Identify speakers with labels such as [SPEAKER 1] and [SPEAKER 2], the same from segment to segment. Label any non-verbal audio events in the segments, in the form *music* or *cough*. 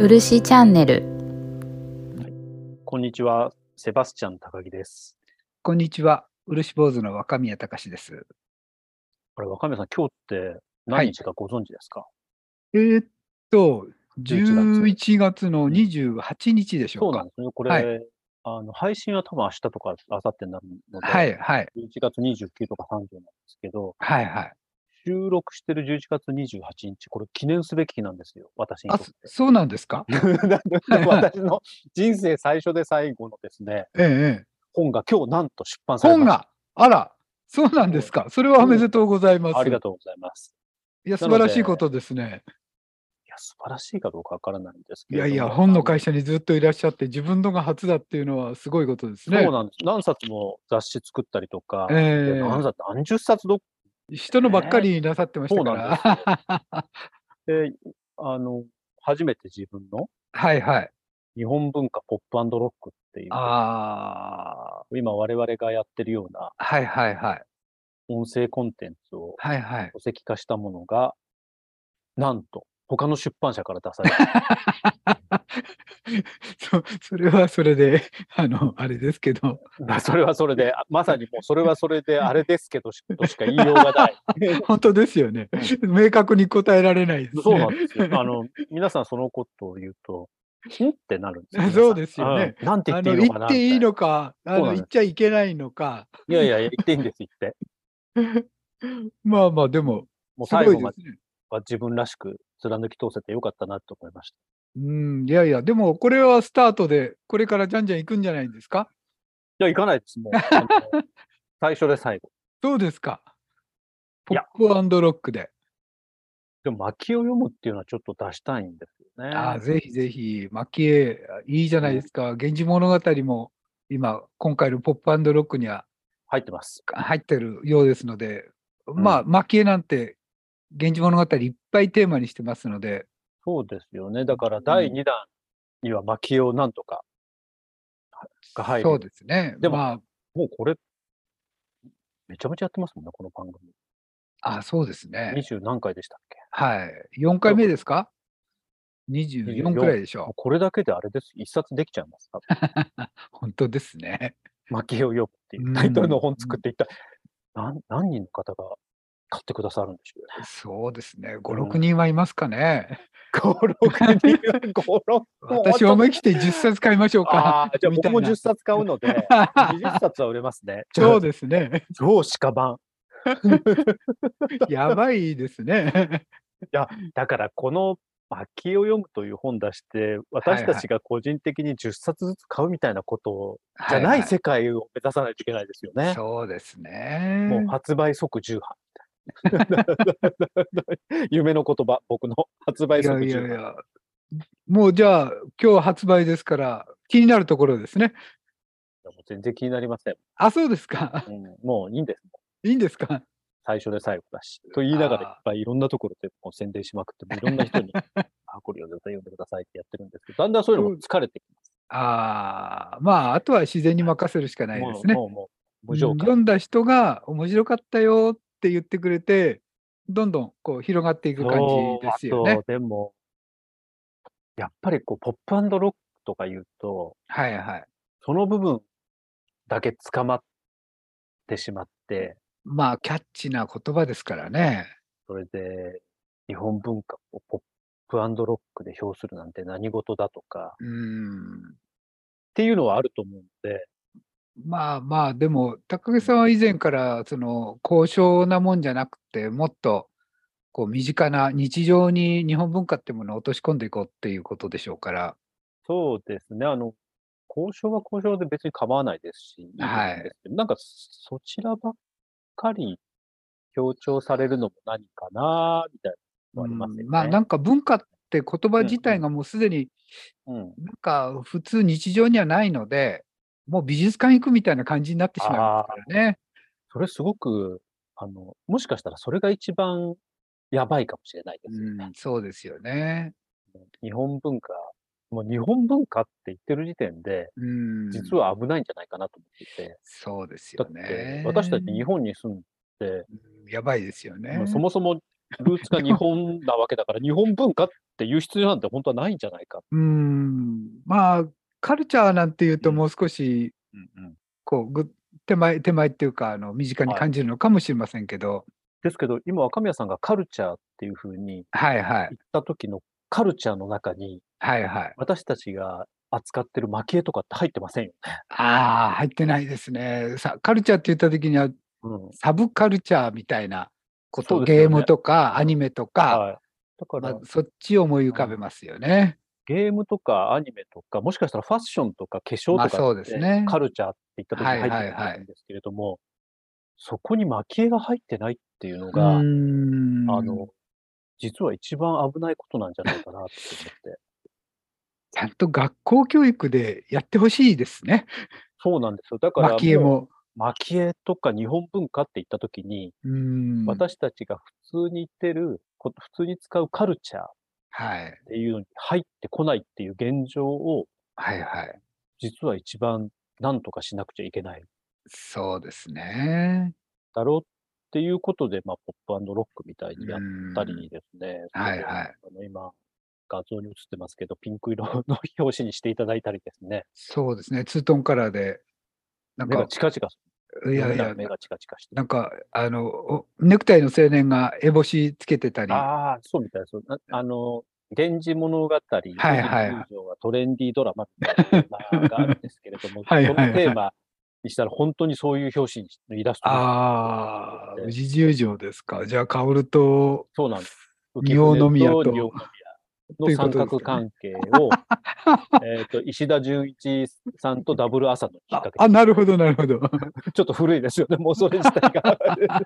[SPEAKER 1] 漆チャンネル
[SPEAKER 2] こんにちは、セバスチャン高木です。
[SPEAKER 3] こんにちは。漆坊主の若宮隆です。
[SPEAKER 2] これ、若宮さん、今日って
[SPEAKER 3] は
[SPEAKER 2] 何
[SPEAKER 3] い
[SPEAKER 2] 日かご存知ですか、
[SPEAKER 3] えーっと、
[SPEAKER 2] 11
[SPEAKER 3] 11月の28日でしょ
[SPEAKER 2] そうう
[SPEAKER 3] か。
[SPEAKER 2] なんですね。これ、
[SPEAKER 3] は
[SPEAKER 2] あの配信は多分明日とか明後日になるので、
[SPEAKER 3] はいはい
[SPEAKER 2] 11月29とか30なんですけど、
[SPEAKER 3] はいはい。
[SPEAKER 2] 収録してる11月28日、これ記念すべき日なんですよ、私にと
[SPEAKER 3] あ、
[SPEAKER 2] っ
[SPEAKER 3] そそうなんですか
[SPEAKER 2] て。 *laughs* なの
[SPEAKER 3] はい
[SPEAKER 2] で
[SPEAKER 3] はい
[SPEAKER 2] 私の人生最初で最後のですね、
[SPEAKER 3] ええ
[SPEAKER 2] *laughs*
[SPEAKER 3] ええ。
[SPEAKER 2] 本が今日なんと出版され
[SPEAKER 3] 本
[SPEAKER 2] ました。
[SPEAKER 3] が、あら、そうなんですか。それはおめでとうございます。
[SPEAKER 2] ありがとうございます。
[SPEAKER 3] いや、
[SPEAKER 2] な
[SPEAKER 3] 素
[SPEAKER 2] ので
[SPEAKER 3] 晴らしいことですね。
[SPEAKER 2] いや、素晴らしいかどうかわからないんですけ
[SPEAKER 3] い
[SPEAKER 2] れど
[SPEAKER 3] や
[SPEAKER 2] も。
[SPEAKER 3] いや、本の
[SPEAKER 2] あ
[SPEAKER 3] 会社にずっといらっしゃって、自分のが初だっていうのはすごいことですね
[SPEAKER 2] そう。なんです。何冊も雑誌作ったりとか、
[SPEAKER 3] え
[SPEAKER 2] で
[SPEAKER 3] え
[SPEAKER 2] 何冊、何十冊どっ
[SPEAKER 3] 人のばっかりなさってましたか
[SPEAKER 2] ねそう
[SPEAKER 3] ら。
[SPEAKER 2] て、あの、初めて自分の
[SPEAKER 3] *laughs* はいはい。
[SPEAKER 2] 日本文化ポップロックっていう、
[SPEAKER 3] あ
[SPEAKER 2] 今我々がやってるような
[SPEAKER 3] あ、はいはいはい。
[SPEAKER 2] 音声コンテンツを
[SPEAKER 3] はいはい。
[SPEAKER 2] 書籍化したものが、なんと、他の出版社から出された。
[SPEAKER 3] *laughs* そそれはそれで、あの、あれですけど、
[SPEAKER 2] まあそれはそれで、あまさにもうそれはそれであれですけどしとしか言いようが
[SPEAKER 3] *laughs*
[SPEAKER 2] ない。
[SPEAKER 3] 本当ですよね。明確に答えられないですね。
[SPEAKER 2] そうなんですよ。あの、皆さんそのことを言うと、んってなるんですよ。
[SPEAKER 3] そうですよね
[SPEAKER 2] 皆さん。うんなんて言
[SPEAKER 3] あ
[SPEAKER 2] ってい
[SPEAKER 3] の
[SPEAKER 2] いのか
[SPEAKER 3] 言
[SPEAKER 2] な
[SPEAKER 3] っていい
[SPEAKER 2] み
[SPEAKER 3] のか、あ
[SPEAKER 2] そうな
[SPEAKER 3] の
[SPEAKER 2] んです
[SPEAKER 3] 言っちゃいけない
[SPEAKER 2] *laughs*
[SPEAKER 3] のか、
[SPEAKER 2] たいないやいや、言っていいんです、言って。
[SPEAKER 3] まあまあ、でも、
[SPEAKER 2] もう
[SPEAKER 3] す
[SPEAKER 2] 最
[SPEAKER 3] ごい
[SPEAKER 2] 後
[SPEAKER 3] で
[SPEAKER 2] まです
[SPEAKER 3] ね。
[SPEAKER 2] は自分らしく貫き通せてよかったなと思いました。
[SPEAKER 3] うん、いやいや、でもこれはスタートで、これからじゃんじゃん行くんじゃないんですか
[SPEAKER 2] いや、行かないです、もう。あ
[SPEAKER 3] *laughs*
[SPEAKER 2] の最初で最後。
[SPEAKER 3] どうですか
[SPEAKER 2] い
[SPEAKER 3] ポッ
[SPEAKER 2] や
[SPEAKER 3] プロックで。
[SPEAKER 2] でも、巻きを読むっていうのはちょっと出したいんですよね。
[SPEAKER 3] ああ、ぜひぜひ、蒔絵、いいじゃないですか。源氏物語も今、今回のポップロックには
[SPEAKER 2] 入ってます。
[SPEAKER 3] 入ってるようですので、
[SPEAKER 2] ん
[SPEAKER 3] まあ、蒔絵なんて、源氏物語いっぱいテーマにしてますので、
[SPEAKER 2] そうですよね。だから、第
[SPEAKER 3] うん
[SPEAKER 2] 2弾には巻きをなんとか。が入る
[SPEAKER 3] そうですね。
[SPEAKER 2] でも
[SPEAKER 3] ま
[SPEAKER 2] もうこれ、めちゃめちゃやってますもんね、この番組。
[SPEAKER 3] あ、あ、そうですね
[SPEAKER 2] 二。十何回でしたっけ
[SPEAKER 3] はい。4回目ですか ?24 くらいでし
[SPEAKER 2] もう
[SPEAKER 3] ょ
[SPEAKER 2] これだけであれです。一冊できちゃいます。多分
[SPEAKER 3] う。本当ですね。
[SPEAKER 2] 巻きを読むっていうタイトルの本作っていった。なん何人の方が買ってくださるんでしょうね。
[SPEAKER 3] そうですね。5、
[SPEAKER 2] うん
[SPEAKER 3] 6人はいますかね。
[SPEAKER 2] 5、6人、5、6
[SPEAKER 3] *laughs* 私、思い切って10冊買いましょうか。
[SPEAKER 2] ああ、じゃあ
[SPEAKER 3] み
[SPEAKER 2] 僕
[SPEAKER 3] たい
[SPEAKER 2] も
[SPEAKER 3] な
[SPEAKER 2] 10冊買うの
[SPEAKER 3] *laughs*
[SPEAKER 2] で、20冊は売れますね。
[SPEAKER 3] そうですね。
[SPEAKER 2] 超鹿版。
[SPEAKER 3] やばいですね。
[SPEAKER 2] だからこの巻きを読むという本出して、私たちが個人的に10冊ずつ買うみたいなことじゃない世界を目指さないといけないですよ
[SPEAKER 3] はいはい
[SPEAKER 2] ね。
[SPEAKER 3] そうですね。
[SPEAKER 2] もう発売即重版。 *laughs* 夢の言葉、僕の発売
[SPEAKER 3] いや
[SPEAKER 2] 即
[SPEAKER 3] い
[SPEAKER 2] 重
[SPEAKER 3] やい
[SPEAKER 2] 版。
[SPEAKER 3] や。もうじゃあ、今日発売ですから、気になるところですね。
[SPEAKER 2] もう全然気になりません。
[SPEAKER 3] あ、そうですか。 *laughs*
[SPEAKER 2] うんもういいんです。
[SPEAKER 3] いいんですか。
[SPEAKER 2] 最初で最後だし。と言いながらい
[SPEAKER 3] あー
[SPEAKER 2] っぱいいろんなところでもう宣伝しまくって、もういろんな人
[SPEAKER 3] *laughs*
[SPEAKER 2] に、あ、これ読んでください、読んでくださいってやってるんですけど、だんだんそういうのも疲れてきます。
[SPEAKER 3] ああ、まあ、あとは自然に任せるしかないですね。
[SPEAKER 2] もう、もう、もう無
[SPEAKER 3] うん
[SPEAKER 2] 条
[SPEAKER 3] 読
[SPEAKER 2] 件。
[SPEAKER 3] んだ人が面白かったよって言ってくれて、どんどんこう広がっていく感
[SPEAKER 2] そう
[SPEAKER 3] じですよ
[SPEAKER 2] あ
[SPEAKER 3] ね
[SPEAKER 2] と。でも、やっぱりこう、ポップロックとか言うと、
[SPEAKER 3] はいはい。
[SPEAKER 2] その部分だけ捕まってしまって、
[SPEAKER 3] まあ、キャッチな言葉ですからね。
[SPEAKER 2] それで、日本文化をポップロックで表するなんて何事だとか、っ
[SPEAKER 3] うん。
[SPEAKER 2] ていうのはあると思うので、
[SPEAKER 3] まあまあ、でも、高木さんは以前から、その、高尚なもんじゃなくて、もっと、こう、身近な日常に日本文化ってものを落とし込んでいこうっていうことでしょうから。
[SPEAKER 2] そうですね。あの、交渉は交渉で別に構わないですし、いいと思うん
[SPEAKER 3] はい
[SPEAKER 2] ですけどなんかそちらばっかり強調されるのも何かな、みたいなのもありますよね。
[SPEAKER 3] うんまあ、なんか文化って言葉自
[SPEAKER 2] うんう
[SPEAKER 3] 体
[SPEAKER 2] ん
[SPEAKER 3] がもうすでに、
[SPEAKER 2] うん、
[SPEAKER 3] なんか普通日常にはないので、もう美術館行くみたいな感じになってしまいますからね。
[SPEAKER 2] それすごく、あの、もしかしたらそれが一番やばいかもしれないですよ
[SPEAKER 3] う
[SPEAKER 2] ね
[SPEAKER 3] ん、。そうですよね。
[SPEAKER 2] 日本文化、もう日本文化って言ってる時点で、
[SPEAKER 3] うん、
[SPEAKER 2] 実は危ないんじゃないかなと思っていて、
[SPEAKER 3] そうです
[SPEAKER 2] だ
[SPEAKER 3] よ
[SPEAKER 2] って
[SPEAKER 3] ね。
[SPEAKER 2] 私たち日本に住む
[SPEAKER 3] うんやばいですよね
[SPEAKER 2] もう。そもそもルーツが日本なわけだから、日本文化っていう必要なんて本当はないんじゃないか。
[SPEAKER 3] うーんまあカルチャーなんていうともう少し
[SPEAKER 2] うんうん、
[SPEAKER 3] こうぐ手前手前っていうかあの身近に感じるのかもしれませんけど、
[SPEAKER 2] ですけど、今、若宮さんがカルチャーっていうふうに
[SPEAKER 3] はい、は
[SPEAKER 2] 言
[SPEAKER 3] い
[SPEAKER 2] った時のカルチャーの中に、
[SPEAKER 3] はいはい
[SPEAKER 2] 私たちが扱ってる蒔絵とかって入ってませんよね。
[SPEAKER 3] ああ入ってないですねさカルチャーって言った時には
[SPEAKER 2] うん
[SPEAKER 3] サブカルチャーみたいなこ
[SPEAKER 2] そ
[SPEAKER 3] と、
[SPEAKER 2] うですよね
[SPEAKER 3] ゲームとかアニメとか、
[SPEAKER 2] はい、だか
[SPEAKER 3] ま
[SPEAKER 2] ら
[SPEAKER 3] あ、、そっちを思い浮かべますよね。
[SPEAKER 2] ゲームとかアニメとか、もしかしたらファッションとか化粧
[SPEAKER 3] まあ
[SPEAKER 2] とか
[SPEAKER 3] そ
[SPEAKER 2] っ
[SPEAKER 3] うです
[SPEAKER 2] て、
[SPEAKER 3] ね
[SPEAKER 2] カルチャーって言った時に入って
[SPEAKER 3] はいはい
[SPEAKER 2] く
[SPEAKER 3] は
[SPEAKER 2] る
[SPEAKER 3] い
[SPEAKER 2] んですけれども、そこに蒔絵が入ってないっていうの
[SPEAKER 3] う
[SPEAKER 2] が、
[SPEAKER 3] ーん
[SPEAKER 2] あの、実は一番危ないことなんじゃないかなって思って。
[SPEAKER 3] ちゃんと学校教育でやってほしいですね、
[SPEAKER 2] そうなんですよ。だから、
[SPEAKER 3] 蒔絵も。
[SPEAKER 2] 蒔絵とか日本文化って言った時に、
[SPEAKER 3] うーん
[SPEAKER 2] 私たちが普通に言ってる、こ普通に使うカルチャーっ
[SPEAKER 3] はい、
[SPEAKER 2] ていうのに入ってこないっていう現状を、
[SPEAKER 3] はいはい。
[SPEAKER 2] 実は一番何とかしなくちゃいけない
[SPEAKER 3] そうですね。
[SPEAKER 2] だろうっていうことで、まあ、ポップロックみたいにやっ
[SPEAKER 3] う
[SPEAKER 2] た
[SPEAKER 3] ーん
[SPEAKER 2] りですね、
[SPEAKER 3] うんはいはい
[SPEAKER 2] あの今、画像に映ってますけど、ピンク色の表紙にしていただいたりですね、
[SPEAKER 3] そうですね。ツートンカラーで、なん
[SPEAKER 2] 目が
[SPEAKER 3] か、
[SPEAKER 2] チカチカす
[SPEAKER 3] い
[SPEAKER 2] る、
[SPEAKER 3] やい
[SPEAKER 2] 目が
[SPEAKER 3] や、
[SPEAKER 2] 目がチカチカしてる
[SPEAKER 3] なんか、あの、おネクタイの青年が烏帽子つけてたり、
[SPEAKER 2] ああ、そうみたいです。なあの、源氏物語、はい
[SPEAKER 3] はいはい
[SPEAKER 2] はトレンディードラマみたいなテー
[SPEAKER 3] *laughs*
[SPEAKER 2] マがあるんですけれども、
[SPEAKER 3] はいはいはい
[SPEAKER 2] このテーマにしたら本当にそういう表紙にイラストに
[SPEAKER 3] ああ、
[SPEAKER 2] で
[SPEAKER 3] 宇治十条ですか。じゃあ、薫と、
[SPEAKER 2] そうなん
[SPEAKER 3] *laughs*
[SPEAKER 2] です。
[SPEAKER 3] 日本の宮と
[SPEAKER 2] 日本の
[SPEAKER 3] とい
[SPEAKER 2] 宮
[SPEAKER 3] うこ
[SPEAKER 2] の三
[SPEAKER 3] とですかね
[SPEAKER 2] 角関係を、
[SPEAKER 3] *laughs*
[SPEAKER 2] えっと、石田純一さんとダブル朝のきっか
[SPEAKER 3] あ
[SPEAKER 2] け。
[SPEAKER 3] あ、なるほど、なる
[SPEAKER 2] *laughs*
[SPEAKER 3] ほど。
[SPEAKER 2] ちょっと古いですよね、もうそれ自体
[SPEAKER 3] *laughs*
[SPEAKER 2] が。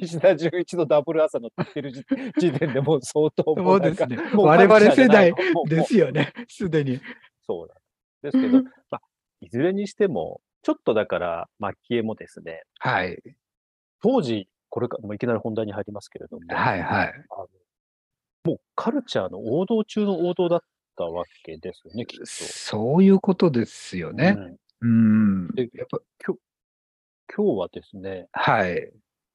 [SPEAKER 2] 石田純一のダブル朝のって言ってる時時点でもう相当も
[SPEAKER 3] そうう
[SPEAKER 2] な
[SPEAKER 3] で
[SPEAKER 2] んか
[SPEAKER 3] すね。
[SPEAKER 2] もう
[SPEAKER 3] 我々
[SPEAKER 2] カルチャーじゃない
[SPEAKER 3] 世
[SPEAKER 2] もうもう
[SPEAKER 3] ですよね、すでに。
[SPEAKER 2] そうなんですけど、まあ、いずれにしても、ちょっとだから、蒔絵もですね、
[SPEAKER 3] はい、
[SPEAKER 2] 当時、これからもういきなり本題に入りますけれども、
[SPEAKER 3] はい、はい。
[SPEAKER 2] もうカルチャーの王道中の王道だったわけですよね、きっと。
[SPEAKER 3] そういうことですよね
[SPEAKER 2] う。ん
[SPEAKER 3] うん。
[SPEAKER 2] で
[SPEAKER 3] やっぱ
[SPEAKER 2] 今日はですね、
[SPEAKER 3] はい、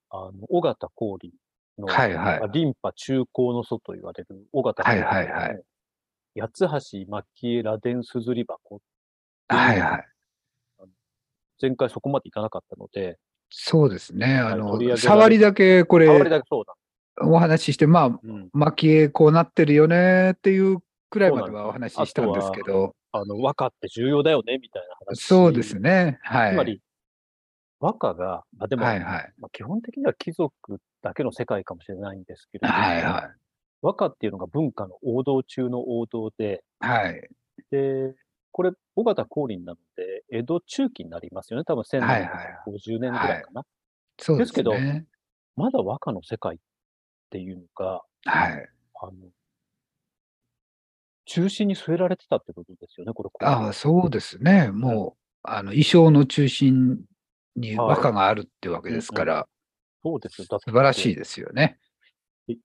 [SPEAKER 2] あの尾形氷の、
[SPEAKER 3] はい、はい
[SPEAKER 2] まあ、。リンパ中高の祖と言われる尾形
[SPEAKER 3] はい
[SPEAKER 2] 光
[SPEAKER 3] はい
[SPEAKER 2] の
[SPEAKER 3] は
[SPEAKER 2] 八橋蒔絵螺鈿すずり箱、
[SPEAKER 3] はい、はい。
[SPEAKER 2] 前回そこまでいかなかったので、
[SPEAKER 3] そうですね。
[SPEAKER 2] い
[SPEAKER 3] あ
[SPEAKER 2] 取り上げられ
[SPEAKER 3] の、
[SPEAKER 2] て
[SPEAKER 3] 触りだけこ
[SPEAKER 2] あれ
[SPEAKER 3] れ
[SPEAKER 2] だけそうだ。
[SPEAKER 3] お話しして、まあ、
[SPEAKER 2] うん
[SPEAKER 3] 蒔絵こうなってるよねっていうくらいまで
[SPEAKER 2] そうなんです
[SPEAKER 3] はお話ししたんですけど、
[SPEAKER 2] あの和歌って重要だよねみたいな話。
[SPEAKER 3] そうですね。はい。
[SPEAKER 2] つまり、和歌が、まあ、でも、
[SPEAKER 3] はいはい。
[SPEAKER 2] まあ、基本的には貴族だけの世界かもしれないんですけれども、
[SPEAKER 3] はいは
[SPEAKER 2] 和歌っていうのが文化の王道中の王道で、
[SPEAKER 3] い。はい。
[SPEAKER 2] で、これ、尾形光琳なので、江戸中期になりますよね。多分1750
[SPEAKER 3] はいはい
[SPEAKER 2] 年ぐらいかな。
[SPEAKER 3] そうで
[SPEAKER 2] です
[SPEAKER 3] す
[SPEAKER 2] けど
[SPEAKER 3] ね。
[SPEAKER 2] まだ和歌の世界っていうのが、
[SPEAKER 3] はい。
[SPEAKER 2] あの、中心に据えられてたってことですよね、これ。
[SPEAKER 3] ああ、そうですね。もう、あの、衣装の中心に
[SPEAKER 2] はい
[SPEAKER 3] 和歌があるってわけですから、
[SPEAKER 2] そうですよ。だ
[SPEAKER 3] 素晴らしい
[SPEAKER 2] い。
[SPEAKER 3] ですよね。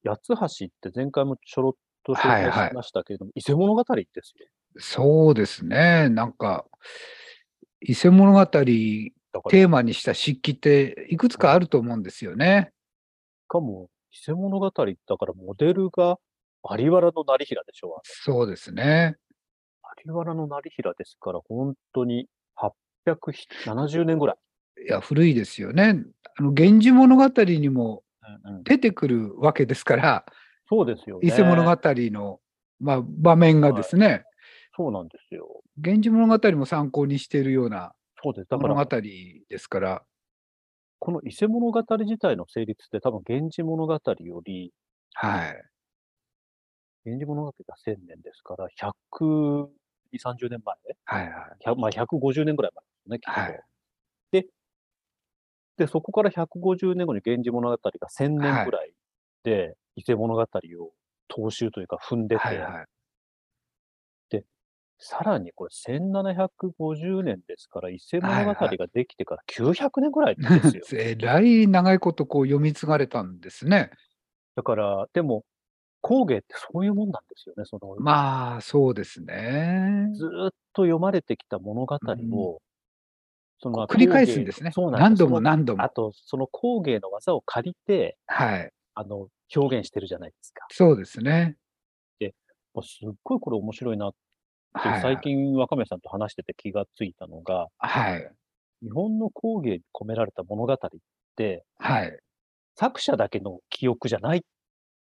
[SPEAKER 2] 八つ橋って前回もちょろっと紹介
[SPEAKER 3] はいはい
[SPEAKER 2] しましたけれども、伊勢物語ですよ。
[SPEAKER 3] そうですね。なんか、伊勢物語テ
[SPEAKER 2] だから、
[SPEAKER 3] ーマにした漆器っていくつかあると思うんですよね。
[SPEAKER 2] しかも、伊勢物語だからモデルが有原の成平でしょ。
[SPEAKER 3] そうですね。
[SPEAKER 2] 有原の成平ですから、本当に870年ぐらい。
[SPEAKER 3] いや、古いですよね。あの、源氏物語にも出てくるわけですから、
[SPEAKER 2] そうですよね。
[SPEAKER 3] 伊勢物語の、まあ、場面がですね、
[SPEAKER 2] そうなんですよ。
[SPEAKER 3] 源氏物語も参考にしているような
[SPEAKER 2] そうです。だか
[SPEAKER 3] 物
[SPEAKER 2] ら
[SPEAKER 3] 語、ですから、
[SPEAKER 2] この伊勢物語自体の成立って多分、源氏物語より、
[SPEAKER 3] はい。
[SPEAKER 2] 源氏物語が1000年ですから、120、30年前、
[SPEAKER 3] はいはい。
[SPEAKER 2] 100まあ、150年ぐらい前ですよね、きっと。
[SPEAKER 3] はい
[SPEAKER 2] でで、そこから150年後に源氏物語が1000年ぐらいで、伊勢物語を踏襲というか踏んでて、
[SPEAKER 3] はいはい。
[SPEAKER 2] さらにこれ1750年ですから、伊勢物
[SPEAKER 3] はい
[SPEAKER 2] 語
[SPEAKER 3] は
[SPEAKER 2] が
[SPEAKER 3] い。
[SPEAKER 2] できてから900年ぐらいですよ
[SPEAKER 3] *laughs* えらい長いことこう読み継がれたんですね。
[SPEAKER 2] だから、でも、工芸ってそういうもんなんですよね。その、
[SPEAKER 3] まあ、そうですね。
[SPEAKER 2] ずーっと読まれてきた物語を、
[SPEAKER 3] うん
[SPEAKER 2] その
[SPEAKER 3] 繰り返すんですね。
[SPEAKER 2] そうなんです
[SPEAKER 3] 何度も
[SPEAKER 2] その
[SPEAKER 3] 何度も
[SPEAKER 2] あ。と、その工芸の技を借りて、
[SPEAKER 3] はい。
[SPEAKER 2] あの、表現してるじゃないですか。
[SPEAKER 3] そうですね。
[SPEAKER 2] あすっごいこれ面白いなって、
[SPEAKER 3] はい、
[SPEAKER 2] 最近若宮さんと話してて気がついたのが、
[SPEAKER 3] はい。
[SPEAKER 2] 日本の工芸に込められた物語って、
[SPEAKER 3] はい。
[SPEAKER 2] 作者だけの記憶じゃない。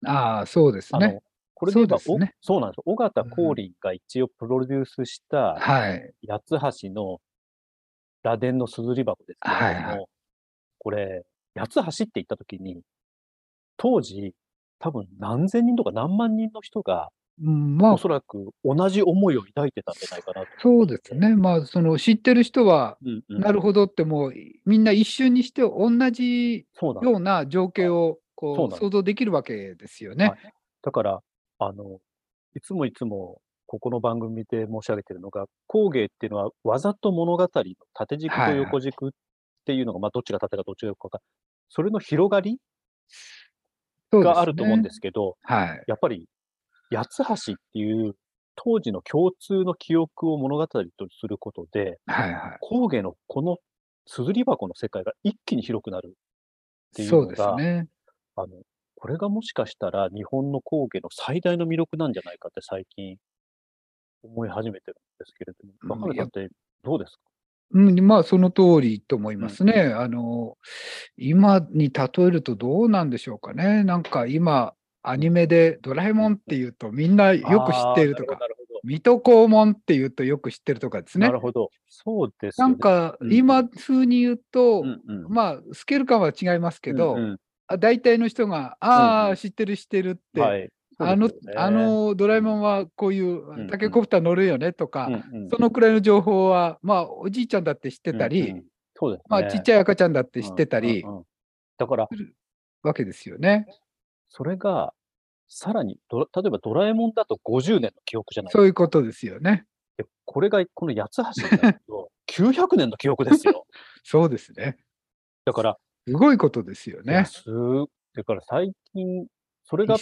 [SPEAKER 3] ああ、そうです
[SPEAKER 2] あの、
[SPEAKER 3] ね。
[SPEAKER 2] これで言えばお
[SPEAKER 3] そうですね
[SPEAKER 2] そうなんです。尾形光琳が一応プロデュースした、
[SPEAKER 3] はい。
[SPEAKER 2] 八橋の螺鈿のすずり箱ですけ
[SPEAKER 3] はい
[SPEAKER 2] れど
[SPEAKER 3] はい
[SPEAKER 2] も、これ、八橋って言ったときに、当時、多分何千人とか何万人の人が、
[SPEAKER 3] うんまあ
[SPEAKER 2] お、そらく同じ思いを抱いてたんじゃないかなと。
[SPEAKER 3] そうですね。まあ、その知ってる人は、
[SPEAKER 2] うんうん
[SPEAKER 3] なるほどってもう、みんな一瞬にして同じ
[SPEAKER 2] そうなんです
[SPEAKER 3] ような情景を
[SPEAKER 2] そうな
[SPEAKER 3] こ
[SPEAKER 2] んで
[SPEAKER 3] う
[SPEAKER 2] す
[SPEAKER 3] 想像できるわけですよね
[SPEAKER 2] は。いだから、あの、いつもいつも、ここの番組で申し上げてるのが、工芸っていうのは、わざと物語の縦軸
[SPEAKER 3] はい
[SPEAKER 2] と
[SPEAKER 3] はい
[SPEAKER 2] 横軸っていうのが、まあ、どっちが縦かどっちが横か、それの広がり
[SPEAKER 3] そうですね
[SPEAKER 2] があると思うんですけど、
[SPEAKER 3] はい。
[SPEAKER 2] やっぱり、八つ橋っていう当時の共通の記憶を物語とすることで、
[SPEAKER 3] はいは
[SPEAKER 2] 工芸のこのすずり箱の世界が一気に広くなる。て
[SPEAKER 3] い。
[SPEAKER 2] いうの
[SPEAKER 3] そ
[SPEAKER 2] が
[SPEAKER 3] うですね。
[SPEAKER 2] あのこれがもしかしたら日本の工芸の最大の魅力なんじゃないかって最近思い始めてるんですけれど
[SPEAKER 3] うん
[SPEAKER 2] も、若宮さんってどうですか
[SPEAKER 3] うん、まあ、その通りと思いますね。あの、今に例えるとどうなんでしょうかね。なんか今、アニメでドラえもんっていうとみんなよく知っていると
[SPEAKER 2] あー
[SPEAKER 3] か、
[SPEAKER 2] なるほど
[SPEAKER 3] 水戸黄門っていうとよく知ってるとかです
[SPEAKER 2] な
[SPEAKER 3] ね
[SPEAKER 2] る。ほど。そうですよ
[SPEAKER 3] な
[SPEAKER 2] ね
[SPEAKER 3] ん、か
[SPEAKER 2] うん
[SPEAKER 3] 今風に言うと、
[SPEAKER 2] うんうん
[SPEAKER 3] まあスケール感は違いますけど、
[SPEAKER 2] うんうん
[SPEAKER 3] あ大体の人が「
[SPEAKER 2] うん
[SPEAKER 3] あ
[SPEAKER 2] う
[SPEAKER 3] あ
[SPEAKER 2] ん
[SPEAKER 3] 知ってる知ってる」って、
[SPEAKER 2] はい、
[SPEAKER 3] あの
[SPEAKER 2] そうですよね
[SPEAKER 3] あ、のドラえもんはこうい
[SPEAKER 2] んうん
[SPEAKER 3] うタケコプター乗るよねとか、
[SPEAKER 2] うんうん
[SPEAKER 3] そのくらいの情報はまあおじいちゃんだって知ってたり、
[SPEAKER 2] うんうんそうですね
[SPEAKER 3] まあ、ちっちゃい赤ちゃんだって知ってたり、
[SPEAKER 2] うんうんうんだから、
[SPEAKER 3] わけですよね。
[SPEAKER 2] それが、さらにドラ、例えばドラえもんだと50年の記憶じゃない
[SPEAKER 3] そういうことですよね。
[SPEAKER 2] でこれが、この八つ橋になる
[SPEAKER 3] *laughs*
[SPEAKER 2] と、900年の記憶ですよ。
[SPEAKER 3] そうですね。
[SPEAKER 2] だから、
[SPEAKER 3] すごいことですよ
[SPEAKER 2] いや
[SPEAKER 3] ね。
[SPEAKER 2] すだから最近、それが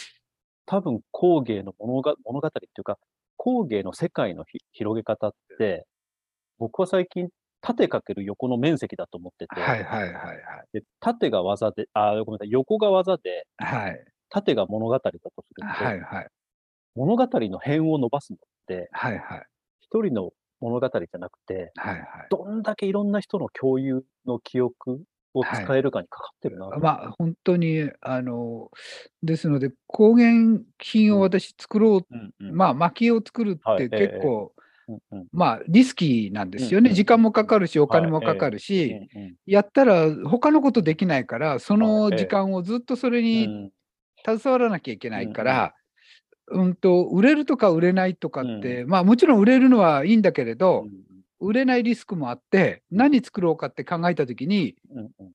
[SPEAKER 2] 多分工芸の物が物語っていうか、工芸の世界のひ広げ方って、僕は最近、縦かける横の面積だと思ってて、
[SPEAKER 3] はいはいはいはい。
[SPEAKER 2] で縦が技で、あ、ごめんなさい、横が技で、
[SPEAKER 3] はい
[SPEAKER 2] 縦が物語だとすると、
[SPEAKER 3] はいはい
[SPEAKER 2] 物語の辺を伸ばすのって、
[SPEAKER 3] はいはい
[SPEAKER 2] 一人の物語じゃなくて、
[SPEAKER 3] はい
[SPEAKER 2] どんだけいろんな人の共有の記憶を使えるかにかかってるな、
[SPEAKER 3] はい。まあ本当にあのですので工芸品を私作ろう
[SPEAKER 2] うんうん
[SPEAKER 3] まあ、薪を作る
[SPEAKER 2] は
[SPEAKER 3] っ
[SPEAKER 2] い
[SPEAKER 3] て
[SPEAKER 2] ええ
[SPEAKER 3] 結構、
[SPEAKER 2] うんうん
[SPEAKER 3] まあ、リスキーなんですよ
[SPEAKER 2] うんう
[SPEAKER 3] ね。
[SPEAKER 2] ん
[SPEAKER 3] 時間もかかるし、お
[SPEAKER 2] はい
[SPEAKER 3] 金もかかるし、
[SPEAKER 2] うんうん
[SPEAKER 3] やったら他のことできないから、そ
[SPEAKER 2] は
[SPEAKER 3] の
[SPEAKER 2] いええ
[SPEAKER 3] 時間をずっとそれ
[SPEAKER 2] う
[SPEAKER 3] に
[SPEAKER 2] ん
[SPEAKER 3] 携わらなきゃいけないから、うんと、売れるとか売れないとかって、まあ、もちろん売れるのはいいんだけれど、売れないリスクもあって、何作ろうかって考えたときに、
[SPEAKER 2] うんうんうん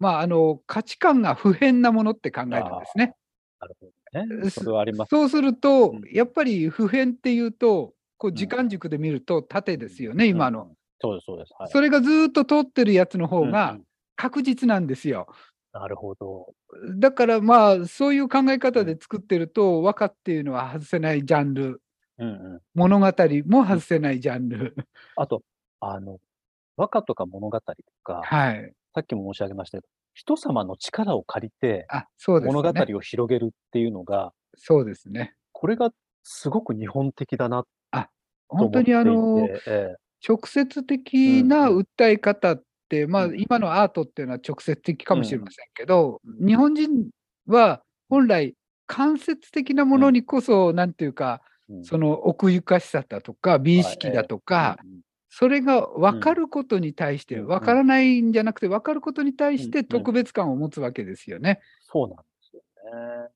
[SPEAKER 3] まあ、あの価値観が不変なものって考えるんですね。
[SPEAKER 2] なるほどね。
[SPEAKER 3] う
[SPEAKER 2] それはあります。
[SPEAKER 3] そうすると、
[SPEAKER 2] うん
[SPEAKER 3] やっぱり普遍っていうと、こう
[SPEAKER 2] うん
[SPEAKER 3] 時間軸で見ると縦ですよね、今
[SPEAKER 2] う
[SPEAKER 3] の
[SPEAKER 2] ん。。そうです、そうです。はい
[SPEAKER 3] それがずーっと通ってるやつの方
[SPEAKER 2] うんう
[SPEAKER 3] が
[SPEAKER 2] ん
[SPEAKER 3] 確実なんですよ。
[SPEAKER 2] なるほど。
[SPEAKER 3] だからまあ、そういう考え方で作ってると、和歌っていうのは外せないジャンル、
[SPEAKER 2] うんうん。
[SPEAKER 3] 物語も外せないジャンル。
[SPEAKER 2] あと、あの、和歌とか物語とか、
[SPEAKER 3] はい。
[SPEAKER 2] さっきも申し上げましたけど、人様の力を借りて
[SPEAKER 3] あ、そうです
[SPEAKER 2] 物語
[SPEAKER 3] ね。
[SPEAKER 2] を広げるっていうのが、
[SPEAKER 3] そうですね。
[SPEAKER 2] これがすごく日本的だなと思
[SPEAKER 3] 本
[SPEAKER 2] って
[SPEAKER 3] 当
[SPEAKER 2] いて。
[SPEAKER 3] にあの、
[SPEAKER 2] ええ
[SPEAKER 3] 直接的な
[SPEAKER 2] うんう
[SPEAKER 3] 訴え方って、まあ
[SPEAKER 2] うん
[SPEAKER 3] 今のアートっていうのは直接的かもしれませんけど、日本人は本来間接的なものにこそ、なんていうか
[SPEAKER 2] うん
[SPEAKER 3] その奥ゆかしさだとか美意識だとか、
[SPEAKER 2] うんうん
[SPEAKER 3] それが分かることに対して、
[SPEAKER 2] うん
[SPEAKER 3] 分からないんじゃなくて分かることに対し
[SPEAKER 2] う
[SPEAKER 3] て
[SPEAKER 2] ん
[SPEAKER 3] 特別感を持つわけですよね。
[SPEAKER 2] そうなんですよね。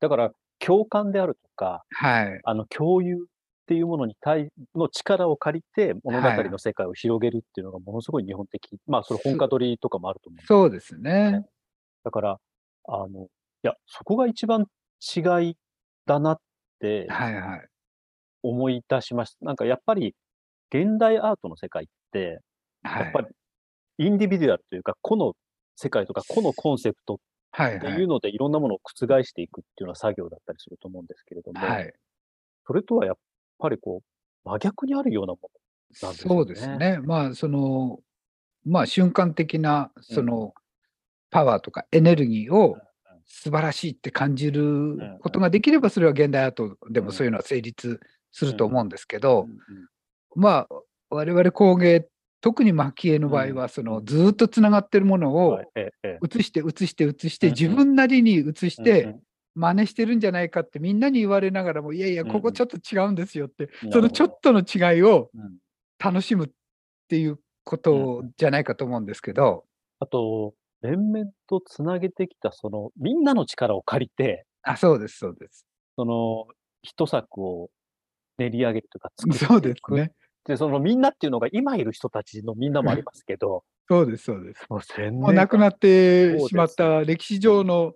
[SPEAKER 2] だから、共感であるとか、
[SPEAKER 3] はい。
[SPEAKER 2] あの共有っていうものに対の力を借りて物語の世界を広げるっていうのがものすごい日本的、まあそれ本家取りとかもあると思うんです
[SPEAKER 3] そうですね。
[SPEAKER 2] だからあのいやそこが一番違いだなって
[SPEAKER 3] はいはい。
[SPEAKER 2] 思い出しましたなんかやっぱり現代アートの世界って
[SPEAKER 3] は
[SPEAKER 2] や
[SPEAKER 3] い
[SPEAKER 2] っぱりインディビデュアルというか個の世界とか個のコンセプト
[SPEAKER 3] はい
[SPEAKER 2] って
[SPEAKER 3] はいい。
[SPEAKER 2] うのでいろんなものを覆していくっていうような作業だったりすると思うんですけれども、
[SPEAKER 3] はい。
[SPEAKER 2] それとはやっぱりこう真逆にあるようなものなんですよね
[SPEAKER 3] そうですね。まあそのまあ瞬間的なそのパワーとかエネルギーを
[SPEAKER 2] うん
[SPEAKER 3] 素晴らしいって感じることができれば、それは現代アートでもそういうのは成立すると思うんですけど、まあ、我々工芸、特に蒔絵の場合は、そのずっとつながってるものを
[SPEAKER 2] はいえええ
[SPEAKER 3] 写して写して写し
[SPEAKER 2] う
[SPEAKER 3] て、
[SPEAKER 2] んうん
[SPEAKER 3] 自分なりに写し
[SPEAKER 2] え
[SPEAKER 3] て、
[SPEAKER 2] うんうん
[SPEAKER 3] 真似してるんじゃないかってみんなに言われながらもいやいや
[SPEAKER 2] うんうん
[SPEAKER 3] ここちょっと違うんですよって、
[SPEAKER 2] なるほど
[SPEAKER 3] そのちょっとの違いを
[SPEAKER 2] うん
[SPEAKER 3] 楽しむっていうことじゃないかと思うんですけど、
[SPEAKER 2] あと、連綿とつなげてきた、その、みんなの力を借りて、
[SPEAKER 3] あそうですそうです
[SPEAKER 2] その、一作を練り上げるというか、
[SPEAKER 3] そ
[SPEAKER 2] 作
[SPEAKER 3] う
[SPEAKER 2] って
[SPEAKER 3] で
[SPEAKER 2] い
[SPEAKER 3] す
[SPEAKER 2] く。
[SPEAKER 3] ね
[SPEAKER 2] で、そのみんなっていうのが今いる人たちのみんなもありますけど、
[SPEAKER 3] そうですそうです
[SPEAKER 2] もう1000
[SPEAKER 3] もう亡く
[SPEAKER 2] っ
[SPEAKER 3] なって
[SPEAKER 2] そう
[SPEAKER 3] しまっ
[SPEAKER 2] で
[SPEAKER 3] た歴史上の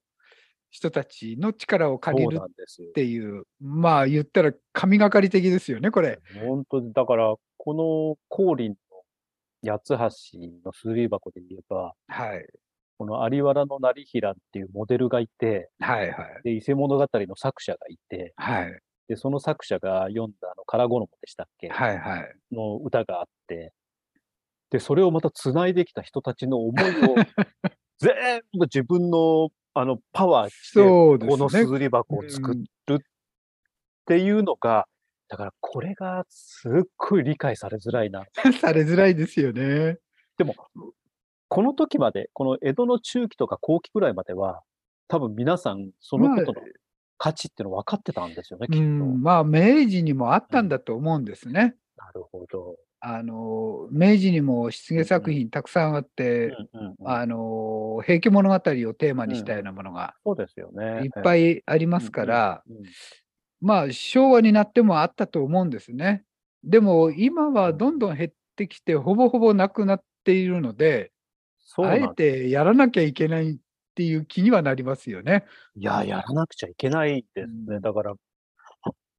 [SPEAKER 3] 人たちの力を借りる
[SPEAKER 2] そうなんですよ
[SPEAKER 3] っ。ていうまあ言ったら神がかり的ですよねこれ
[SPEAKER 2] 本当に、だから、この光琳の八つ橋のスリー箱で言えば、
[SPEAKER 3] はい
[SPEAKER 2] この有原の成平っていうモデルがいて、
[SPEAKER 3] はいはい
[SPEAKER 2] で、伊勢物語の作者がいて、
[SPEAKER 3] はい
[SPEAKER 2] で、その作者が読んだ、あの、唐衣でしたっけ
[SPEAKER 3] はいはい
[SPEAKER 2] の歌があって、で、それをまた繋いできた人たちの思い
[SPEAKER 3] *laughs*
[SPEAKER 2] を、全部自分の、あの、パワーして、
[SPEAKER 3] そうです
[SPEAKER 2] こ
[SPEAKER 3] ね
[SPEAKER 2] のすずり箱を作っ
[SPEAKER 3] うん
[SPEAKER 2] ていうのが、だからこれがすっごい理解されづらいな。
[SPEAKER 3] *laughs* されづらいですよね
[SPEAKER 2] この時まで、この江戸の中期とか後期くらいまでは、多分皆さん、そのことの価値っていうの分かってたんですよね、
[SPEAKER 3] う
[SPEAKER 2] きっと。
[SPEAKER 3] ん、まあ明治にもあったんだと思うんですね。
[SPEAKER 2] なるほど。
[SPEAKER 3] あの明治にも漆芸作品たくさんあって、
[SPEAKER 2] うんうんうん
[SPEAKER 3] あの「平家物語」をテーマにしたようなものが
[SPEAKER 2] そうですよね。
[SPEAKER 3] いっぱ
[SPEAKER 2] い
[SPEAKER 3] いありますから、
[SPEAKER 2] うん
[SPEAKER 3] まあ昭和になってもあったと思うんですね。でも今はどんどん減ってきてほぼほぼなくなっているので
[SPEAKER 2] そう
[SPEAKER 3] あ
[SPEAKER 2] なん
[SPEAKER 3] えてやらなきゃいけないっていう気にはなりますよね。
[SPEAKER 2] いや、やらなくちゃいけないですね。
[SPEAKER 3] うん
[SPEAKER 2] だから、 *clears throat* す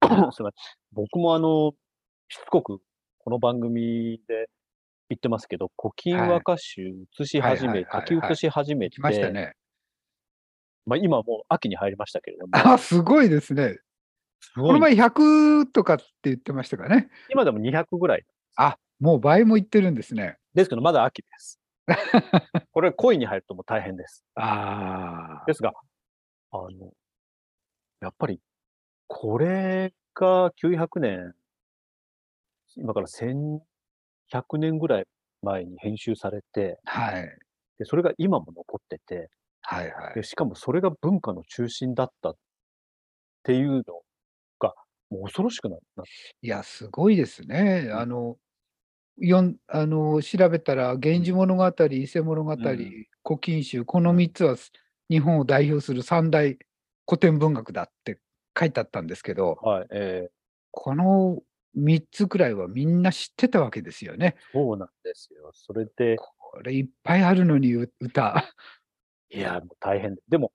[SPEAKER 2] いません僕もあの、しつこくこの番組で言ってますけど、古今
[SPEAKER 3] はい
[SPEAKER 2] 和歌集写し始
[SPEAKER 3] はいはい
[SPEAKER 2] め、
[SPEAKER 3] はいは
[SPEAKER 2] 書
[SPEAKER 3] い
[SPEAKER 2] き写し始めて、
[SPEAKER 3] 来ましたね。
[SPEAKER 2] まあ今もう秋に入りましたけれども、
[SPEAKER 3] あすごいですね。
[SPEAKER 2] す
[SPEAKER 3] こ
[SPEAKER 2] ご
[SPEAKER 3] の
[SPEAKER 2] い
[SPEAKER 3] 前100とかって言ってましたかね。
[SPEAKER 2] 今でも200ぐらい。
[SPEAKER 3] あもう倍もいってるんですね。
[SPEAKER 2] ですけど、まだ秋で
[SPEAKER 3] *laughs*
[SPEAKER 2] す。これ、恋に入るともう大変です。
[SPEAKER 3] あ
[SPEAKER 2] ですが、あの、やっぱり、これが900年、今から1100年ぐらい前に編集されて、
[SPEAKER 3] はい。
[SPEAKER 2] でそれが今も残ってて
[SPEAKER 3] はいは
[SPEAKER 2] で、しかもそれが文化の中心だったっていうのが、もう恐ろしくななっ
[SPEAKER 3] い。いや、すごいですね。あの、よんあの調べたら、源氏物語、伊勢物語、
[SPEAKER 2] うん
[SPEAKER 3] 古今集、この3つはす日本を代表する三大古典文学だって書いてあったんですけど、
[SPEAKER 2] はい、えー
[SPEAKER 3] この3つくらいはみんな知ってたわけですよね。
[SPEAKER 2] そうなんですよ。それで、
[SPEAKER 3] これいっぱいあるのにう歌。 *laughs*
[SPEAKER 2] いや、もう大変で。でも、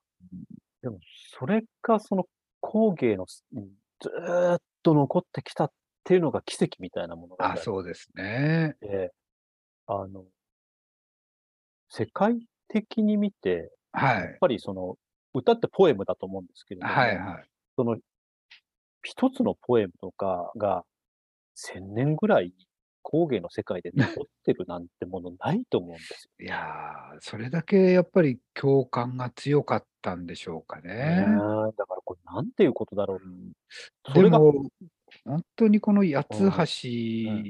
[SPEAKER 2] でも、それがその工芸のすうんずーっと残ってきたっていうのが奇跡みたいなものが
[SPEAKER 3] あ、そうですね。
[SPEAKER 2] で、あの、世界的に見て、
[SPEAKER 3] は
[SPEAKER 2] やっ
[SPEAKER 3] い。
[SPEAKER 2] ぱりその、歌ってポエムだと思うんですけれども、
[SPEAKER 3] はいはい。
[SPEAKER 2] その、一つのポエムとかが、千年ぐらい工芸の世界で残ってるなんてものないと思うんです
[SPEAKER 3] いやーそれだけやっぱり共感が強かったんでしょうか
[SPEAKER 2] よね。
[SPEAKER 3] ね。
[SPEAKER 2] だからこれなんていうことだろう。そ
[SPEAKER 3] で
[SPEAKER 2] れが、
[SPEAKER 3] も本当にこの八
[SPEAKER 2] うんう
[SPEAKER 3] つ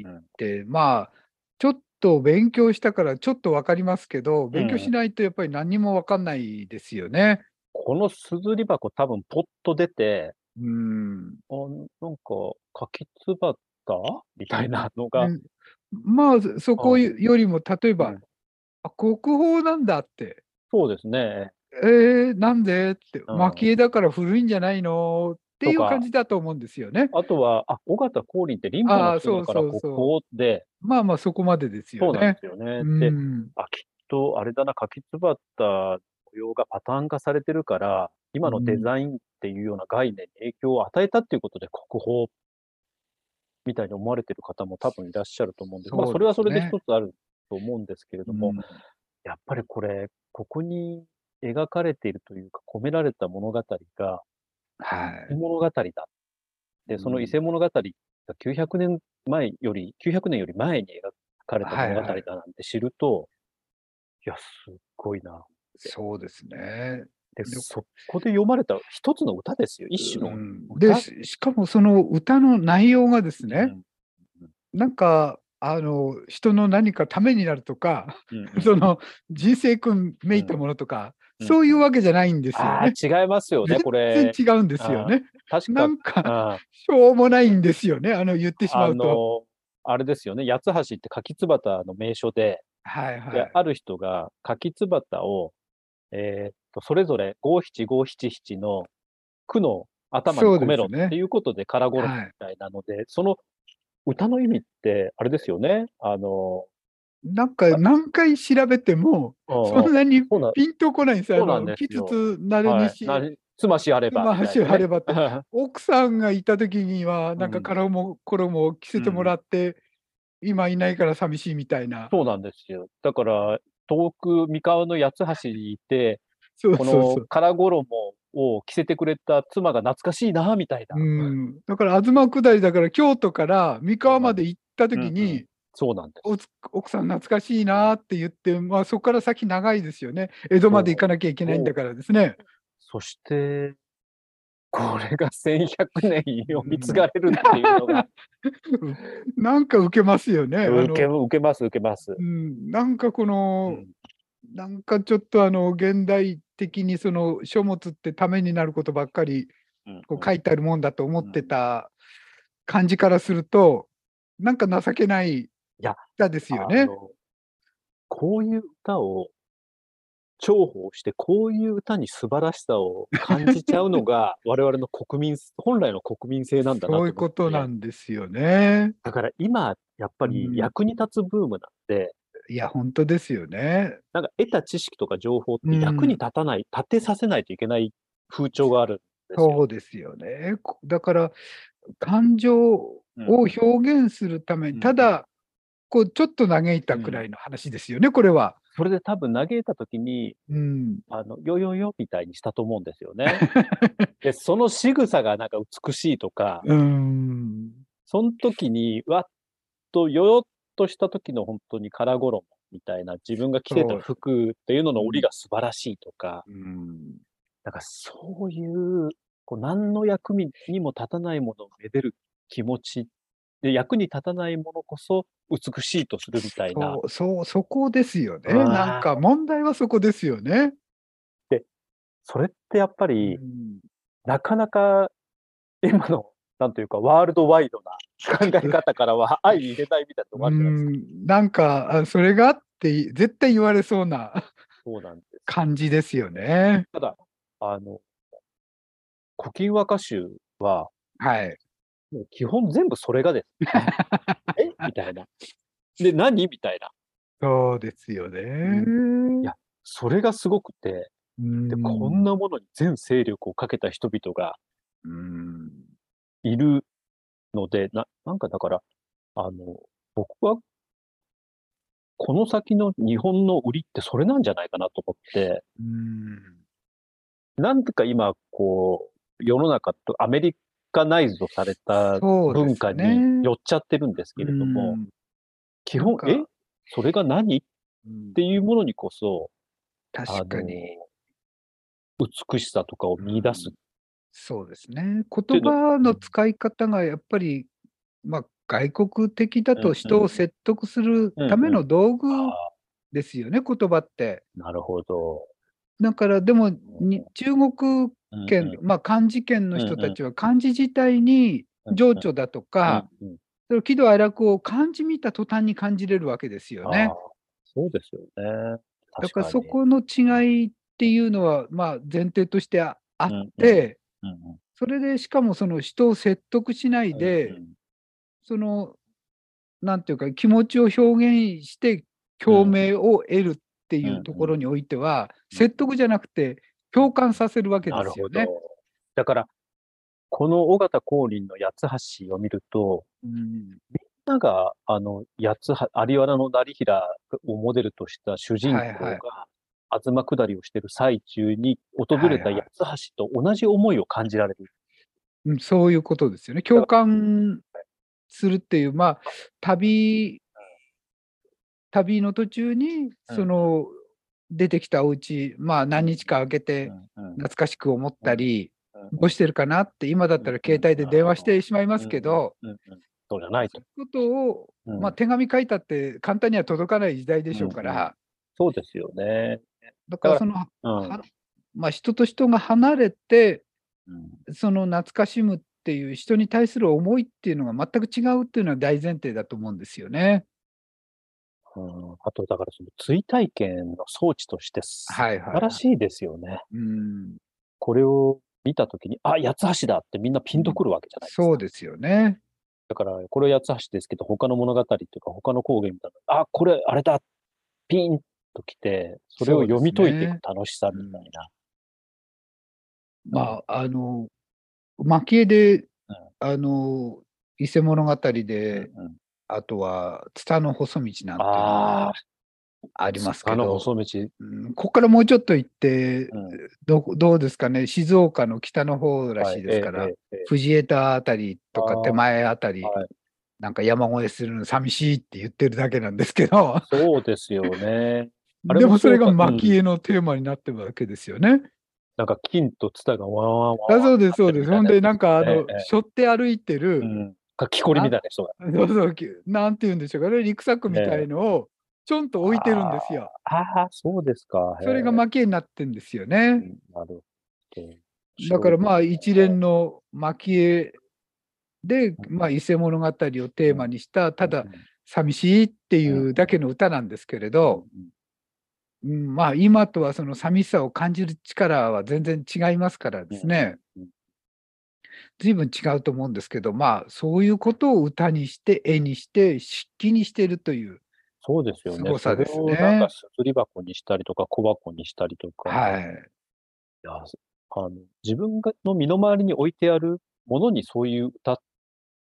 [SPEAKER 3] 橋
[SPEAKER 2] んうん
[SPEAKER 3] って、まあちょっと勉強したからちょっと分かりますけど勉
[SPEAKER 2] うんう
[SPEAKER 3] 強
[SPEAKER 2] ん
[SPEAKER 3] しないとやっぱり何にも分かんないですよね。
[SPEAKER 2] このすずり箱多分ポッと出て、
[SPEAKER 3] うん
[SPEAKER 2] あなんか、柿つばたみたいなのが、
[SPEAKER 3] うんまあそそこ
[SPEAKER 2] うん
[SPEAKER 3] よりも例えば、
[SPEAKER 2] うん
[SPEAKER 3] あ国宝なんだって。
[SPEAKER 2] そうですね。
[SPEAKER 3] えー、なんでって、
[SPEAKER 2] うん
[SPEAKER 3] 蒔絵だから古いんじゃないのっていう
[SPEAKER 2] とか
[SPEAKER 3] 感じだと思うんですよね。
[SPEAKER 2] あとは、あ、尾形光琳ってリンパの人だから
[SPEAKER 3] あーそ
[SPEAKER 2] 国
[SPEAKER 3] うそうそう
[SPEAKER 2] 宝で、
[SPEAKER 3] まあまあそこまでです
[SPEAKER 2] そ
[SPEAKER 3] よ
[SPEAKER 2] うなん
[SPEAKER 3] ね
[SPEAKER 2] で。すよね。
[SPEAKER 3] う
[SPEAKER 2] で、
[SPEAKER 3] ん
[SPEAKER 2] あ、きっと、あれだな、柿つばたの模様がパターン化されてるから、今のデザインっていうような概念に影響を与えたっていうことで国宝みたいに思われてる方も多分いらっしゃると思うんです。まあ、
[SPEAKER 3] そう
[SPEAKER 2] それ
[SPEAKER 3] ですね
[SPEAKER 2] はそれで一つあると思うんですけれども、
[SPEAKER 3] うん
[SPEAKER 2] やっぱりこれ、ここに描かれているというか、込められた物語が、
[SPEAKER 3] は
[SPEAKER 2] 伊
[SPEAKER 3] い
[SPEAKER 2] 勢物語だ。で、その伊勢物語が900年前より、900年より前に描かれた物語
[SPEAKER 3] はいはい
[SPEAKER 2] だなんて知ると、いや、すっごいな。
[SPEAKER 3] そうですね。
[SPEAKER 2] でそこで読まれた一つの歌ですよ、一種の。
[SPEAKER 3] うんでししかもその歌の内容がですね、
[SPEAKER 2] うん
[SPEAKER 3] なんかあの人の何かためになるとか、
[SPEAKER 2] *laughs* うん
[SPEAKER 3] その人生訓めいたものとか、
[SPEAKER 2] うん
[SPEAKER 3] そういうわけじゃないんですよ
[SPEAKER 2] あ
[SPEAKER 3] ね。
[SPEAKER 2] ー違いますよね、こ
[SPEAKER 3] 全
[SPEAKER 2] れ。
[SPEAKER 3] 然違うんですよね。
[SPEAKER 2] 確
[SPEAKER 3] な
[SPEAKER 2] か
[SPEAKER 3] んか
[SPEAKER 2] あ
[SPEAKER 3] しょうもないんですよね。あの言ってしま
[SPEAKER 2] あ
[SPEAKER 3] うと。
[SPEAKER 2] の、あれですよね、八つ橋って柿つばたの名所で、
[SPEAKER 3] はいは
[SPEAKER 2] で
[SPEAKER 3] い。
[SPEAKER 2] ある人が柿つばたを、えーっと、それぞれ五七五七七の句の頭に込めろ
[SPEAKER 3] そうですね
[SPEAKER 2] っていうことで空ごろみ
[SPEAKER 3] はい、
[SPEAKER 2] たいなので、その歌の意味って、あれですよね、あの、
[SPEAKER 3] なんか何回調べても
[SPEAKER 2] うん
[SPEAKER 3] そんなに
[SPEAKER 2] そうなん
[SPEAKER 3] ピンとこないんですよ。
[SPEAKER 2] そうな
[SPEAKER 3] あ
[SPEAKER 2] ん
[SPEAKER 3] の
[SPEAKER 2] ですよ
[SPEAKER 3] つつなれ
[SPEAKER 2] は
[SPEAKER 3] に
[SPEAKER 2] い
[SPEAKER 3] し、
[SPEAKER 2] なつましあれば。
[SPEAKER 3] まあ、足を張れ
[SPEAKER 2] ば。
[SPEAKER 3] ばって奥さんがいた時にはなん
[SPEAKER 2] う
[SPEAKER 3] か
[SPEAKER 2] ん
[SPEAKER 3] 衣も衣を着せてもらって、今いないから寂しいみたいな。
[SPEAKER 2] *laughs* そうなんですよ。だから、遠く三河の八つ橋にいて、
[SPEAKER 3] そう
[SPEAKER 2] こ
[SPEAKER 3] そうそ
[SPEAKER 2] の
[SPEAKER 3] う。
[SPEAKER 2] 空衣を着せてくれた妻が懐かしいな、みたいな。
[SPEAKER 3] うん、だから東下りだから京都から三河まで行った時に、
[SPEAKER 2] うんそうなんです。
[SPEAKER 3] おつ奥さん懐かしいなって言って、まあ、そこから先長いですよね江戸まで行かなきゃいけないんだからですね。
[SPEAKER 2] そして、これが1100年読み継がれるっていうのが、
[SPEAKER 3] なんか受けますよ *laughs* ね。あの
[SPEAKER 2] 受け受けます、受けます
[SPEAKER 3] う。ん、なんかこの、
[SPEAKER 2] うん
[SPEAKER 3] なんかちょっとあの現代的にその書物ってためになることばっかりこう書いてあるもんだと思ってた感じからすると、なんか情けない
[SPEAKER 2] や
[SPEAKER 3] 歌ですよ
[SPEAKER 2] あ
[SPEAKER 3] ね。
[SPEAKER 2] のこういう歌を重宝して、こういう歌に素晴らしさを感じちゃうの
[SPEAKER 3] *laughs*
[SPEAKER 2] が、我々の国民、本来の国民性なんだな
[SPEAKER 3] そういうことな
[SPEAKER 2] だ。
[SPEAKER 3] んですよね。
[SPEAKER 2] だから今、やっぱり
[SPEAKER 3] うん
[SPEAKER 2] 役に立つブームなんで、
[SPEAKER 3] いや、本当ですよね。
[SPEAKER 2] なんか得た知識とか情報って
[SPEAKER 3] うん
[SPEAKER 2] 役に立たない、立てさせないといけない風潮があるんですよ。
[SPEAKER 3] そうですよね。こだから感情を表現するために、
[SPEAKER 2] うん
[SPEAKER 3] ただこうちょっと嘆いたくらいの話ですよね、これは。
[SPEAKER 2] それで多分嘆いた時に、
[SPEAKER 3] うん、
[SPEAKER 2] あの、よよよみたいにしたと思うんですよ *laughs* ね。で、その仕草がなんか美しいとか、
[SPEAKER 3] うん
[SPEAKER 2] その時に、わっとよよっとした時の本当に空衣みたいな、自分が着て
[SPEAKER 3] そ
[SPEAKER 2] た
[SPEAKER 3] う
[SPEAKER 2] 服っていうのの織りが素晴らしいとか、
[SPEAKER 3] うん
[SPEAKER 2] なんかそういう、こう何の役にも立たないものをめでる気持ちで、役に立たないものこそ美しいとするみたいな
[SPEAKER 3] そ。うそうそこですよね。
[SPEAKER 2] うわー
[SPEAKER 3] なんか問題はそこですよね。
[SPEAKER 2] それってやっぱり、
[SPEAKER 3] うん
[SPEAKER 2] なかなか今の、なんというか、ワールドワイドな考え方から *laughs* は相入れないみたいなとこあるじゃないですか。
[SPEAKER 3] うんなんかあそれがあって絶対言われそうな *laughs*
[SPEAKER 2] そうなんです。
[SPEAKER 3] 感じですよね。
[SPEAKER 2] ただ、あの、古今和歌集は、
[SPEAKER 3] はい。
[SPEAKER 2] もう基本全部それがです *laughs* ね。えみたいな。で、何みたいな。
[SPEAKER 3] そうですよね。
[SPEAKER 2] いやそれがすごくて、で、
[SPEAKER 3] で
[SPEAKER 2] こんなものに全勢力をかけた人々が
[SPEAKER 3] うん
[SPEAKER 2] いるので、ななんかだから、あの、僕は、この先の日本の売りってそれなんじゃないかなと思って、
[SPEAKER 3] うん
[SPEAKER 2] なんてか今、こう、世の中とアメリカナイズドされた
[SPEAKER 3] そうです
[SPEAKER 2] 文化に寄っちゃってるんですけれども、
[SPEAKER 3] うん
[SPEAKER 2] 基本、
[SPEAKER 3] なん
[SPEAKER 2] え
[SPEAKER 3] か
[SPEAKER 2] それが何っ
[SPEAKER 3] うん
[SPEAKER 2] ていうものにこそ、
[SPEAKER 3] 確かに、
[SPEAKER 2] あの美しさとかを見出す。
[SPEAKER 3] そうですね
[SPEAKER 2] いう
[SPEAKER 3] 言
[SPEAKER 2] の
[SPEAKER 3] 葉の使い方がやっぱり、まあ、外国的だ
[SPEAKER 2] うんう
[SPEAKER 3] と
[SPEAKER 2] ん
[SPEAKER 3] 人を説得するための道具
[SPEAKER 2] あ
[SPEAKER 3] ですよね、言葉って。
[SPEAKER 2] ーなるほど。
[SPEAKER 3] だからでもに中国
[SPEAKER 2] うん
[SPEAKER 3] 圏、まあ、漢字圏の人たちは漢字自体に情緒だとか、、
[SPEAKER 2] うんうんうん
[SPEAKER 3] その喜怒哀楽を漢字見た途端に感じれるわけですよ
[SPEAKER 2] あ
[SPEAKER 3] ね
[SPEAKER 2] ー。そうですよね。
[SPEAKER 3] だ
[SPEAKER 2] 確
[SPEAKER 3] か
[SPEAKER 2] からに
[SPEAKER 3] そこの違いっていうのは、まあ、前提としてああって、
[SPEAKER 2] うんうん
[SPEAKER 3] それでしかもその人を説得しな
[SPEAKER 2] う
[SPEAKER 3] い
[SPEAKER 2] ん
[SPEAKER 3] で、
[SPEAKER 2] うん
[SPEAKER 3] そのなんていうか気持ちを表現して共鳴を得るってい
[SPEAKER 2] んう
[SPEAKER 3] うんところにおいては、
[SPEAKER 2] うん
[SPEAKER 3] 説得じゃなくて共感させるわけで
[SPEAKER 2] なる
[SPEAKER 3] す
[SPEAKER 2] ほ
[SPEAKER 3] よ
[SPEAKER 2] ど
[SPEAKER 3] ね。。
[SPEAKER 2] だから、この尾形光琳の八つ橋を見ると、
[SPEAKER 3] うん
[SPEAKER 2] なんか、あの、八つは、有原の成平をモデルとした主人公
[SPEAKER 3] はいはい
[SPEAKER 2] が、東下りをしている最中に訪れた
[SPEAKER 3] はいはい
[SPEAKER 2] 八つ橋と同じ思いを感じられる。
[SPEAKER 3] うんそういうことですよね。共感するっていう、まあ、旅、旅の途中に、その、出てきたお家まあ何日か空け
[SPEAKER 2] う
[SPEAKER 3] て
[SPEAKER 2] んうん
[SPEAKER 3] 懐かしく思った
[SPEAKER 2] う
[SPEAKER 3] り、
[SPEAKER 2] ん
[SPEAKER 3] どうしてるかなって今だったら携帯で電話してしまいますけど、
[SPEAKER 2] うんうんそうじゃないと。
[SPEAKER 3] そういうことを、
[SPEAKER 2] うん
[SPEAKER 3] まあ、手紙書いたって簡単には届かない時代でしょうから、
[SPEAKER 2] うんうんそうですよね。
[SPEAKER 3] だから
[SPEAKER 2] だ
[SPEAKER 3] その、
[SPEAKER 2] うん
[SPEAKER 3] はまあ、人と人が離れて
[SPEAKER 2] うん
[SPEAKER 3] その懐かしむっていう人に対する思いっていうのが全く違うっていうのは大前提だと思うんですよね。
[SPEAKER 2] うんあと、だからその追体験の装置として素
[SPEAKER 3] はいはい、
[SPEAKER 2] 晴らしいですよね。
[SPEAKER 3] うん
[SPEAKER 2] これを見たときに、あ、八橋だってみんなピンとくるわけじゃないですか。
[SPEAKER 3] そうですよね。
[SPEAKER 2] だから、これ八橋ですけど、他の物語というか、他の工芸みたいな、あ、これ、あれだ、ピンときて、それを読み解いてい
[SPEAKER 3] そう
[SPEAKER 2] く楽しさみたいな。
[SPEAKER 3] まあ、あの、蒔絵で
[SPEAKER 2] うん、
[SPEAKER 3] あの、伊勢物語で、
[SPEAKER 2] うんうん
[SPEAKER 3] あとは、ツタの細道なんていうの
[SPEAKER 2] ああ
[SPEAKER 3] が、ありますけ
[SPEAKER 2] あの
[SPEAKER 3] ど、
[SPEAKER 2] 細道、
[SPEAKER 3] うんここからもうちょっと行って
[SPEAKER 2] うん
[SPEAKER 3] どこ、どうですかね、静岡の北の方らしいですか
[SPEAKER 2] は
[SPEAKER 3] ら、
[SPEAKER 2] いええええ
[SPEAKER 3] 藤枝あたりと
[SPEAKER 2] あー
[SPEAKER 3] か手前あたり、
[SPEAKER 2] はい
[SPEAKER 3] なんか山越えするの寂しいって言ってるだけなんですけど、
[SPEAKER 2] そうですよね。 *laughs* あれも
[SPEAKER 3] でもそれ
[SPEAKER 2] そ
[SPEAKER 3] が
[SPEAKER 2] うかうん
[SPEAKER 3] 蒔絵のテーマになってるわけですよね。
[SPEAKER 2] なんか金とツタがわんわんわんわん
[SPEAKER 3] あそうです、そうです。ほんで、なんか、あ
[SPEAKER 2] え
[SPEAKER 3] の
[SPEAKER 2] えええ、
[SPEAKER 3] 背負って歩いてる、
[SPEAKER 2] うん、かきこりみたいな人が。
[SPEAKER 3] そうそうきゅなんて言うんでしょうかね、リュックサックみたいのをちょんと置いてるんですよ。
[SPEAKER 2] ああ、そうですか。
[SPEAKER 3] それが蒔絵になってんですよ
[SPEAKER 2] あ
[SPEAKER 3] ね。
[SPEAKER 2] なるほど
[SPEAKER 3] だからまあ一連
[SPEAKER 2] の。
[SPEAKER 3] の蒔絵で、まあ、伊勢物語をテーマにした、ただ
[SPEAKER 2] うんうん
[SPEAKER 3] 寂しいっていうだけの歌なんですけれど、うん、まあ今とはその寂しさを感じる力は全然違いますからですね
[SPEAKER 2] うんうん。
[SPEAKER 3] 随分違うと思うんですけど、まあそういうことを歌にして、絵にして、漆器にしてるという。
[SPEAKER 2] そうですよね。
[SPEAKER 3] すごさですね
[SPEAKER 2] それをなんかすり箱にしたりとか、小箱にしたりとか、
[SPEAKER 3] はいい。
[SPEAKER 2] やあの自分がの身の回りに置いてあるものにそういう歌っ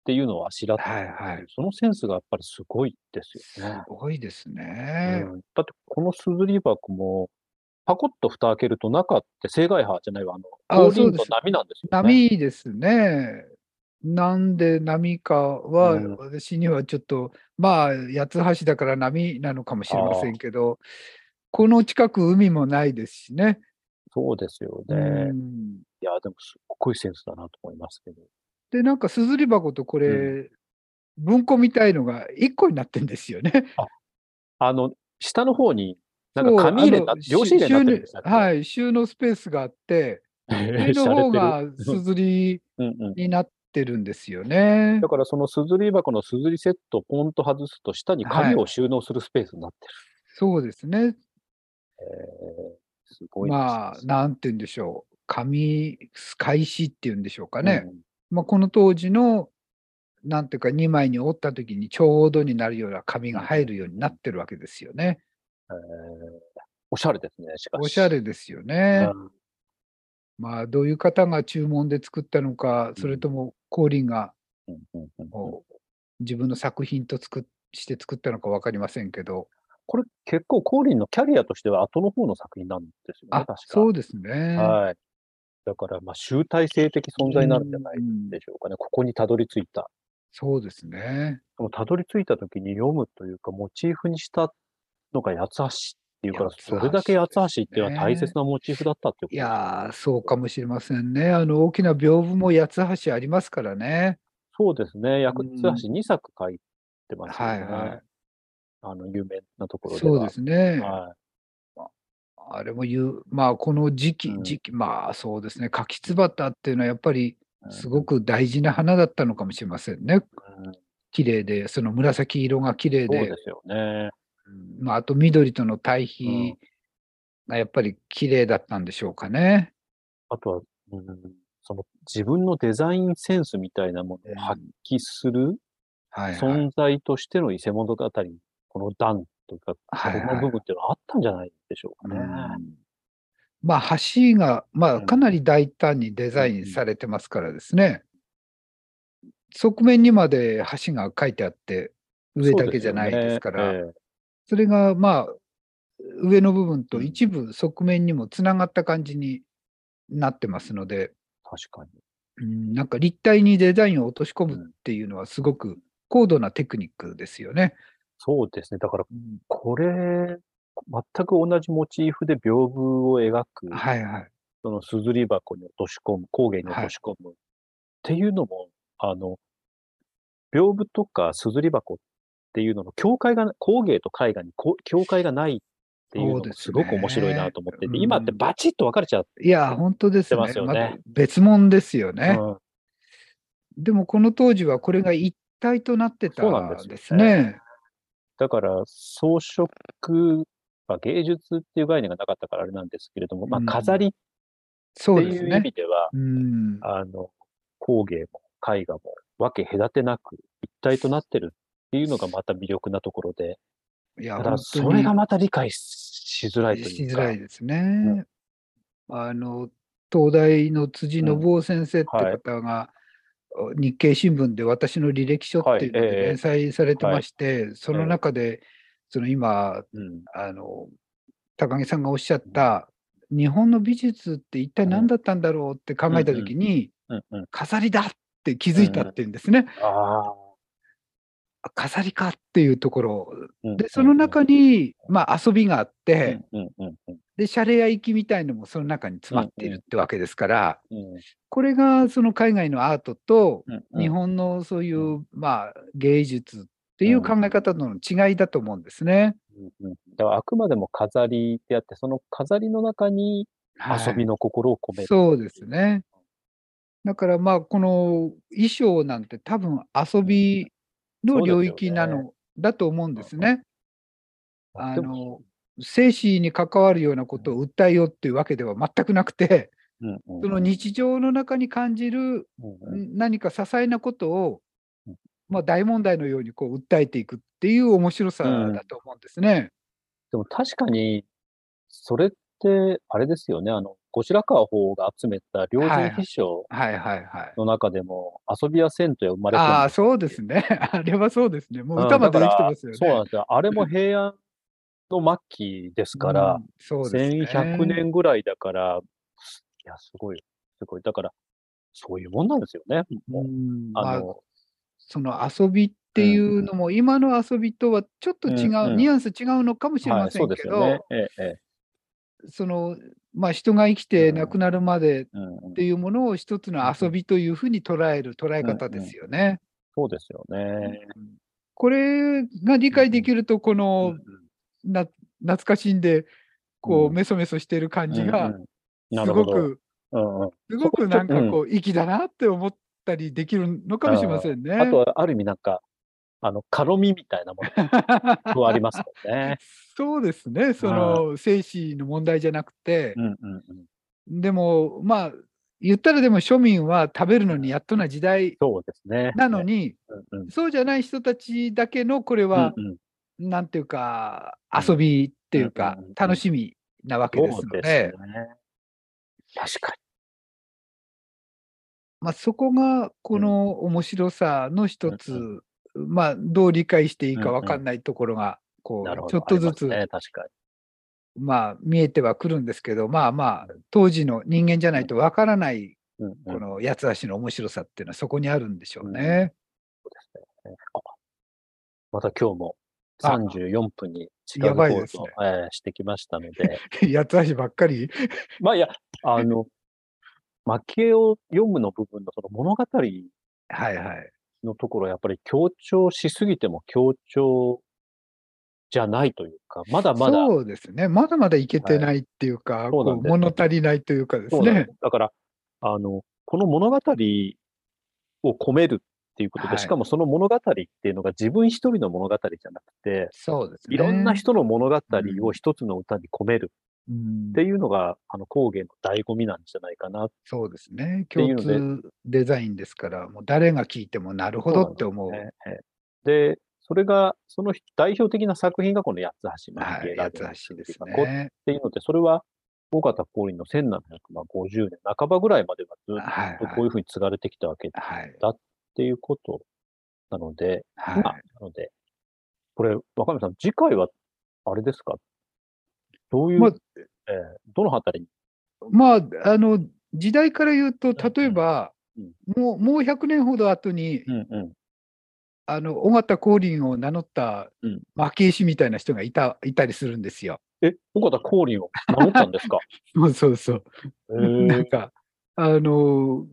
[SPEAKER 2] ていうのをあしらって、
[SPEAKER 3] はいはい。
[SPEAKER 2] そのセンスがやっぱりすごいです
[SPEAKER 3] す
[SPEAKER 2] よね。
[SPEAKER 3] ごいです
[SPEAKER 2] う
[SPEAKER 3] ね。
[SPEAKER 2] ん、だってこのすずり箱も、パコッと蓋開けると中って正外波じゃないわ、あ
[SPEAKER 3] あ
[SPEAKER 2] の、氷
[SPEAKER 3] そう
[SPEAKER 2] 輪
[SPEAKER 3] で
[SPEAKER 2] の
[SPEAKER 3] す
[SPEAKER 2] 波なんですよね。
[SPEAKER 3] 波ですね。なんで波かは、
[SPEAKER 2] うん
[SPEAKER 3] 私にはちょっと、まあ、八つ橋だから波なのかもしれませんけど、この近く海もないですしね。
[SPEAKER 2] そうですよね。
[SPEAKER 3] うん
[SPEAKER 2] いや、でもすっごいセンスだなと思いますけど。
[SPEAKER 3] で、なんかすずり箱とこれ、
[SPEAKER 2] う
[SPEAKER 3] 文庫みたいのが1個になってんですよね。
[SPEAKER 2] あの、下の方に、なん
[SPEAKER 3] そう
[SPEAKER 2] か紙入れ
[SPEAKER 3] あ
[SPEAKER 2] た、
[SPEAKER 3] の
[SPEAKER 2] 両紙入れになってるんで
[SPEAKER 3] 収
[SPEAKER 2] すよ *laughs*
[SPEAKER 3] 納はい、収納スペースがあって、上の方がすずり
[SPEAKER 2] うんうん、
[SPEAKER 3] になってるんですよね
[SPEAKER 2] だ。からそのすずり箱のすずりセットをポンと外すと下に紙
[SPEAKER 3] は
[SPEAKER 2] を収納するスペースになって
[SPEAKER 3] そうですね。
[SPEAKER 2] る。えーすごいですね。
[SPEAKER 3] まあ、なんて言うんでしょう、紙使い紙っていうんでしょうか
[SPEAKER 2] あ
[SPEAKER 3] ね、まあ、この当時の、なんていうか、2枚に折った時にちょうどになるような紙が入るようになってるわけですよね。
[SPEAKER 2] おしゃれですね、しかし。
[SPEAKER 3] おしゃれですよ
[SPEAKER 2] うん
[SPEAKER 3] ね。まあ、どういう方が注文で作ったのか、それとも光琳が
[SPEAKER 2] うんうんうんうん
[SPEAKER 3] こう自分の作品と作っして作ったのか分かりませんけど、
[SPEAKER 2] これ結構、コーリンのキャリアとしては後の方の作品なんですよね、
[SPEAKER 3] あ
[SPEAKER 2] 確か。
[SPEAKER 3] そうですね。
[SPEAKER 2] はい。だから、まあ、集大成的存在になるんじゃない
[SPEAKER 3] うん
[SPEAKER 2] でしょうかね。ここにたどり着いた。
[SPEAKER 3] そうですね。
[SPEAKER 2] そのたどり着いた時に読むというか、モチーフにしたのが八つ橋っていうから、
[SPEAKER 3] 八つ
[SPEAKER 2] そ
[SPEAKER 3] 橋
[SPEAKER 2] れだけ八つ橋っていうのは大
[SPEAKER 3] で
[SPEAKER 2] 切
[SPEAKER 3] すね
[SPEAKER 2] なモチーフだったっていうことで
[SPEAKER 3] い
[SPEAKER 2] すね
[SPEAKER 3] やー、そうかもしれませんね。あの大きな屏風も八つ橋ありますからね。
[SPEAKER 2] そうですね。八つ
[SPEAKER 3] うん
[SPEAKER 2] 橋2作書いてますよ
[SPEAKER 3] は
[SPEAKER 2] ね。
[SPEAKER 3] いはい。
[SPEAKER 2] あの、有名なところでは。
[SPEAKER 3] そうですね。
[SPEAKER 2] は
[SPEAKER 3] あれも言う、まあこの時期、
[SPEAKER 2] うん
[SPEAKER 3] 時期、まあそうですね。柿ツバタっていうのはやっぱり
[SPEAKER 2] い。
[SPEAKER 3] すごく大事な花だったのかもしれませんね。
[SPEAKER 2] うん、そう
[SPEAKER 3] 綺麗で、その紫色が綺麗で、
[SPEAKER 2] ですよね。
[SPEAKER 3] うんまああと緑との対
[SPEAKER 2] う
[SPEAKER 3] 比
[SPEAKER 2] ん
[SPEAKER 3] がやっぱり綺麗だったんでしょうかね。
[SPEAKER 2] あとは、うん、その自分のデザインセンスみたいなものを発揮する
[SPEAKER 3] はい、はい。
[SPEAKER 2] 存在としての伊勢物語、この段とか、こ
[SPEAKER 3] はい、
[SPEAKER 2] の
[SPEAKER 3] はい
[SPEAKER 2] 部。分っていうのはあったんじゃないでしょうかね。
[SPEAKER 3] うんまあ橋が、ま
[SPEAKER 2] う
[SPEAKER 3] あ、
[SPEAKER 2] ん
[SPEAKER 3] かなり大胆にデザインされてますからですね、側面にまで橋が書いてあって上だけじゃないですから
[SPEAKER 2] そ
[SPEAKER 3] そ
[SPEAKER 2] うですよね
[SPEAKER 3] れがまあ上の部分と
[SPEAKER 2] うん
[SPEAKER 3] 一部側面にもつながった感じになってますので、
[SPEAKER 2] ええ確かに。
[SPEAKER 3] うん、なんか立体にデザインを落とし込む
[SPEAKER 2] うん
[SPEAKER 3] っていうのはすごく高度なテクニックですよね。
[SPEAKER 2] そうですね。だから、これ、全く同じモチーフで屏風を描く、
[SPEAKER 3] はいはい。
[SPEAKER 2] そのすずり箱に落とし込む、工芸に落とし込む、っていうのも、あの、屏風とかすずり箱っていうのの境界が、工芸と絵画にこう境界がないっていうの
[SPEAKER 3] そうで
[SPEAKER 2] も
[SPEAKER 3] す
[SPEAKER 2] す
[SPEAKER 3] ね
[SPEAKER 2] ごく面白いなと思ってて、
[SPEAKER 3] うん
[SPEAKER 2] 今ってバチッと分かれちゃって、
[SPEAKER 3] いや、本当です
[SPEAKER 2] して
[SPEAKER 3] ね。
[SPEAKER 2] ますよね
[SPEAKER 3] た別物ですよね。
[SPEAKER 2] うん
[SPEAKER 3] でもこの当時はこれが一体となってた
[SPEAKER 2] そうなんです
[SPEAKER 3] ん
[SPEAKER 2] よね
[SPEAKER 3] ですね。
[SPEAKER 2] だから装飾、まあ、芸術っていう概念がなかったからあれなんですけれども、まあ
[SPEAKER 3] うん
[SPEAKER 2] 飾りっ
[SPEAKER 3] そ
[SPEAKER 2] て
[SPEAKER 3] うです
[SPEAKER 2] いう意
[SPEAKER 3] ね。
[SPEAKER 2] 味では、
[SPEAKER 3] うん。
[SPEAKER 2] あの、工芸も絵画も分け隔てなく一体となってるっていうのがまた魅力なところで、
[SPEAKER 3] いや、
[SPEAKER 2] た
[SPEAKER 3] 本
[SPEAKER 2] だ
[SPEAKER 3] 当
[SPEAKER 2] そ
[SPEAKER 3] に
[SPEAKER 2] れがまた理解しづらいと
[SPEAKER 3] し
[SPEAKER 2] いう
[SPEAKER 3] づ
[SPEAKER 2] か、
[SPEAKER 3] らいですね。あの、東大の辻信夫先生って
[SPEAKER 2] はい
[SPEAKER 3] 方が、日経新聞で私の履歴書っていうの
[SPEAKER 2] はいえ
[SPEAKER 3] で
[SPEAKER 2] え
[SPEAKER 3] 連載されてまして、その中で、その今、
[SPEAKER 2] うん
[SPEAKER 3] あの、高木さんがおっしゃった、日本の美術って一体何だったんだろうって考えたときに、
[SPEAKER 2] うんうん、
[SPEAKER 3] 飾りだって気づいたっていうんですね。
[SPEAKER 2] ああ、
[SPEAKER 3] あ飾りかっていうところ。
[SPEAKER 2] うん
[SPEAKER 3] で、その中、に、まあ遊びがあって、
[SPEAKER 2] うんうんうんうん
[SPEAKER 3] で、シャレや粋みたいのもその中に詰まってい
[SPEAKER 2] うんう
[SPEAKER 3] る
[SPEAKER 2] ん
[SPEAKER 3] ってわけですから、
[SPEAKER 2] うん
[SPEAKER 3] これがその海外のアートと
[SPEAKER 2] うんうん
[SPEAKER 3] 日本のそういう、
[SPEAKER 2] う
[SPEAKER 3] まあ芸術っていう考え方との違いだと思うんですね。
[SPEAKER 2] うんうんだからあくまでも飾りであって、その飾りの中に
[SPEAKER 3] はい
[SPEAKER 2] 遊びの心を込める。
[SPEAKER 3] そうですね。だからまあこの衣装なんて多分遊びの領域な
[SPEAKER 2] そうです
[SPEAKER 3] のだと思うんですね。あ
[SPEAKER 2] でも
[SPEAKER 3] の生死に関わるようなことを訴えようっていうわけでは全くなくて、
[SPEAKER 2] うんうんうん
[SPEAKER 3] その日常の中に感じる
[SPEAKER 2] うんうん
[SPEAKER 3] 何か些細なことを
[SPEAKER 2] うん、
[SPEAKER 3] まあ、大問題のようにこう訴えていくっていう面白さ
[SPEAKER 2] うん
[SPEAKER 3] だと思うんですね。
[SPEAKER 2] でも確かに、それって、あれですよね、あの、後白河法皇が集めた両
[SPEAKER 3] はい
[SPEAKER 2] 人秘書
[SPEAKER 3] はいはいはい。
[SPEAKER 2] の中でも、遊びやせんとや生まれ込んだ
[SPEAKER 3] ああ、そうですね。 *laughs* あれはそうですね。もう歌までできてますよね。
[SPEAKER 2] うんだからそうなんですよ。あれも平安の末期ですから、
[SPEAKER 3] うんそうですね
[SPEAKER 2] 1100年ぐらいだから、いや、すごい、すごい。だから、そういうもんなんですよね。も
[SPEAKER 3] う
[SPEAKER 2] うん
[SPEAKER 3] ま
[SPEAKER 2] あ
[SPEAKER 3] あ、
[SPEAKER 2] の、
[SPEAKER 3] その遊びっていうのも、今の遊びとはちょっと違
[SPEAKER 2] うん
[SPEAKER 3] う、
[SPEAKER 2] うん
[SPEAKER 3] ニュアンス違うのかもしれ
[SPEAKER 2] は
[SPEAKER 3] ま
[SPEAKER 2] い、
[SPEAKER 3] せ
[SPEAKER 2] そうんです
[SPEAKER 3] け
[SPEAKER 2] よね
[SPEAKER 3] ど、。
[SPEAKER 2] ええ、ええ。
[SPEAKER 3] その、まあ、人が生きて亡くなるまでっ
[SPEAKER 2] うんうん
[SPEAKER 3] ていうものを一つの遊びというふうに捉える捉え方ですよね。
[SPEAKER 2] そうですよね。
[SPEAKER 3] これが理解できると、こ
[SPEAKER 2] うん
[SPEAKER 3] の
[SPEAKER 2] うん
[SPEAKER 3] な懐かしんで、
[SPEAKER 2] う
[SPEAKER 3] こう、
[SPEAKER 2] ん
[SPEAKER 3] メソメソしてる感じ
[SPEAKER 2] うん
[SPEAKER 3] が
[SPEAKER 2] う、んな
[SPEAKER 3] す
[SPEAKER 2] るほど。
[SPEAKER 3] ごく、
[SPEAKER 2] うんうん
[SPEAKER 3] すご
[SPEAKER 2] そ
[SPEAKER 3] く
[SPEAKER 2] うちょ
[SPEAKER 3] なんかこう、粋だなって思ったりできるのかもしれませんね。。
[SPEAKER 2] あとは、ある意味なんか、あの、軽みみたいなものも加わりますもんね
[SPEAKER 3] *laughs* *laughs* そうですね、その、生死の問題じゃなくて
[SPEAKER 2] う、んうんうん。
[SPEAKER 3] でも、まあ、言ったらでも庶民は食べるのにやっとな時代
[SPEAKER 2] そうですね。
[SPEAKER 3] なのに、
[SPEAKER 2] うんうん、
[SPEAKER 3] そうじゃない人たちだけの、これは、
[SPEAKER 2] うんうん
[SPEAKER 3] なんていうか、
[SPEAKER 2] うん
[SPEAKER 3] 遊びっていう
[SPEAKER 2] う
[SPEAKER 3] か
[SPEAKER 2] んうんうん、
[SPEAKER 3] 楽しみなわけ
[SPEAKER 2] そう
[SPEAKER 3] で
[SPEAKER 2] ですす
[SPEAKER 3] の
[SPEAKER 2] ね。
[SPEAKER 3] で、
[SPEAKER 2] 確か
[SPEAKER 3] まあ、そこがこの面白さの一つ、まあ、どう理解していいか分かんないところが、
[SPEAKER 2] に
[SPEAKER 3] こ
[SPEAKER 2] なるほ
[SPEAKER 3] う、
[SPEAKER 2] ど。
[SPEAKER 3] ちょっとずつ、
[SPEAKER 2] ありますね、確か
[SPEAKER 3] まあ、見えてはくるんですけど、まあまあ、当時の人間じゃないと分からない、
[SPEAKER 2] に。うんうん
[SPEAKER 3] この八つ足の面白さっていうのはそこにあるんでしょう
[SPEAKER 2] うん
[SPEAKER 3] ね。
[SPEAKER 2] また今日も
[SPEAKER 3] あ
[SPEAKER 2] 34分に近
[SPEAKER 3] や
[SPEAKER 2] づこ
[SPEAKER 3] ばいうです
[SPEAKER 2] と
[SPEAKER 3] ね、
[SPEAKER 2] えーしてきましたので、 *laughs*
[SPEAKER 3] *laughs* 八つ足ばっかり。
[SPEAKER 2] まあいや、あ
[SPEAKER 3] *laughs*
[SPEAKER 2] の、蒔絵を読むの部分のその物語
[SPEAKER 3] はいはい。
[SPEAKER 2] のところ、やっぱり強調しすぎても強調じゃないというか、まだまだ、
[SPEAKER 3] そうですね。まだまだいけてないっていうか、
[SPEAKER 2] そうなん
[SPEAKER 3] こう
[SPEAKER 2] ですよ
[SPEAKER 3] 物足りないというかです
[SPEAKER 2] そうなんで
[SPEAKER 3] ね
[SPEAKER 2] す。だから、あの、この物語を込めるっていうことで、
[SPEAKER 3] はい
[SPEAKER 2] しかもその物語っていうのが自分一人の物語じゃなくて、
[SPEAKER 3] そうですね。
[SPEAKER 2] いろんな人の物語
[SPEAKER 3] う
[SPEAKER 2] を
[SPEAKER 3] ん
[SPEAKER 2] 一つの歌に込める
[SPEAKER 3] うん
[SPEAKER 2] っていうのが、あの工芸の醍醐味なんじゃないかな。
[SPEAKER 3] そうですね。
[SPEAKER 2] ていう
[SPEAKER 3] 共
[SPEAKER 2] ので
[SPEAKER 3] 通デザインですから、もう誰が聞いてもなるほどって思う。
[SPEAKER 2] ねで、それが、その代表的な作品がこの八つ橋の
[SPEAKER 3] はい、
[SPEAKER 2] ラ
[SPEAKER 3] 八
[SPEAKER 2] ジオの
[SPEAKER 3] つ橋です
[SPEAKER 2] こうっ
[SPEAKER 3] ね。
[SPEAKER 2] ていうので、それは、大方光琳の1750年半ばぐらいまではずっ
[SPEAKER 3] はい
[SPEAKER 2] とこういうふうに継がれてきたわけっ
[SPEAKER 3] はい。
[SPEAKER 2] ていうことなので、
[SPEAKER 3] はい。
[SPEAKER 2] まあなので、これ、若宮さん、次回は、あれですかどういう、
[SPEAKER 3] まあ
[SPEAKER 2] えーどのあたりに
[SPEAKER 3] まあ、あの、時代から言うと、例えば
[SPEAKER 2] うん、
[SPEAKER 3] もう、もう100年ほど後に、
[SPEAKER 2] うんうん。
[SPEAKER 3] あの、尾形光琳を名乗った
[SPEAKER 2] うん
[SPEAKER 3] 蒔絵師みたいな人がいた、いたりするんですよ。 *laughs*
[SPEAKER 2] え、岡田光琳を名乗ったんですか
[SPEAKER 3] そうそうそう。
[SPEAKER 2] へ
[SPEAKER 3] なん
[SPEAKER 2] ー
[SPEAKER 3] か、あの、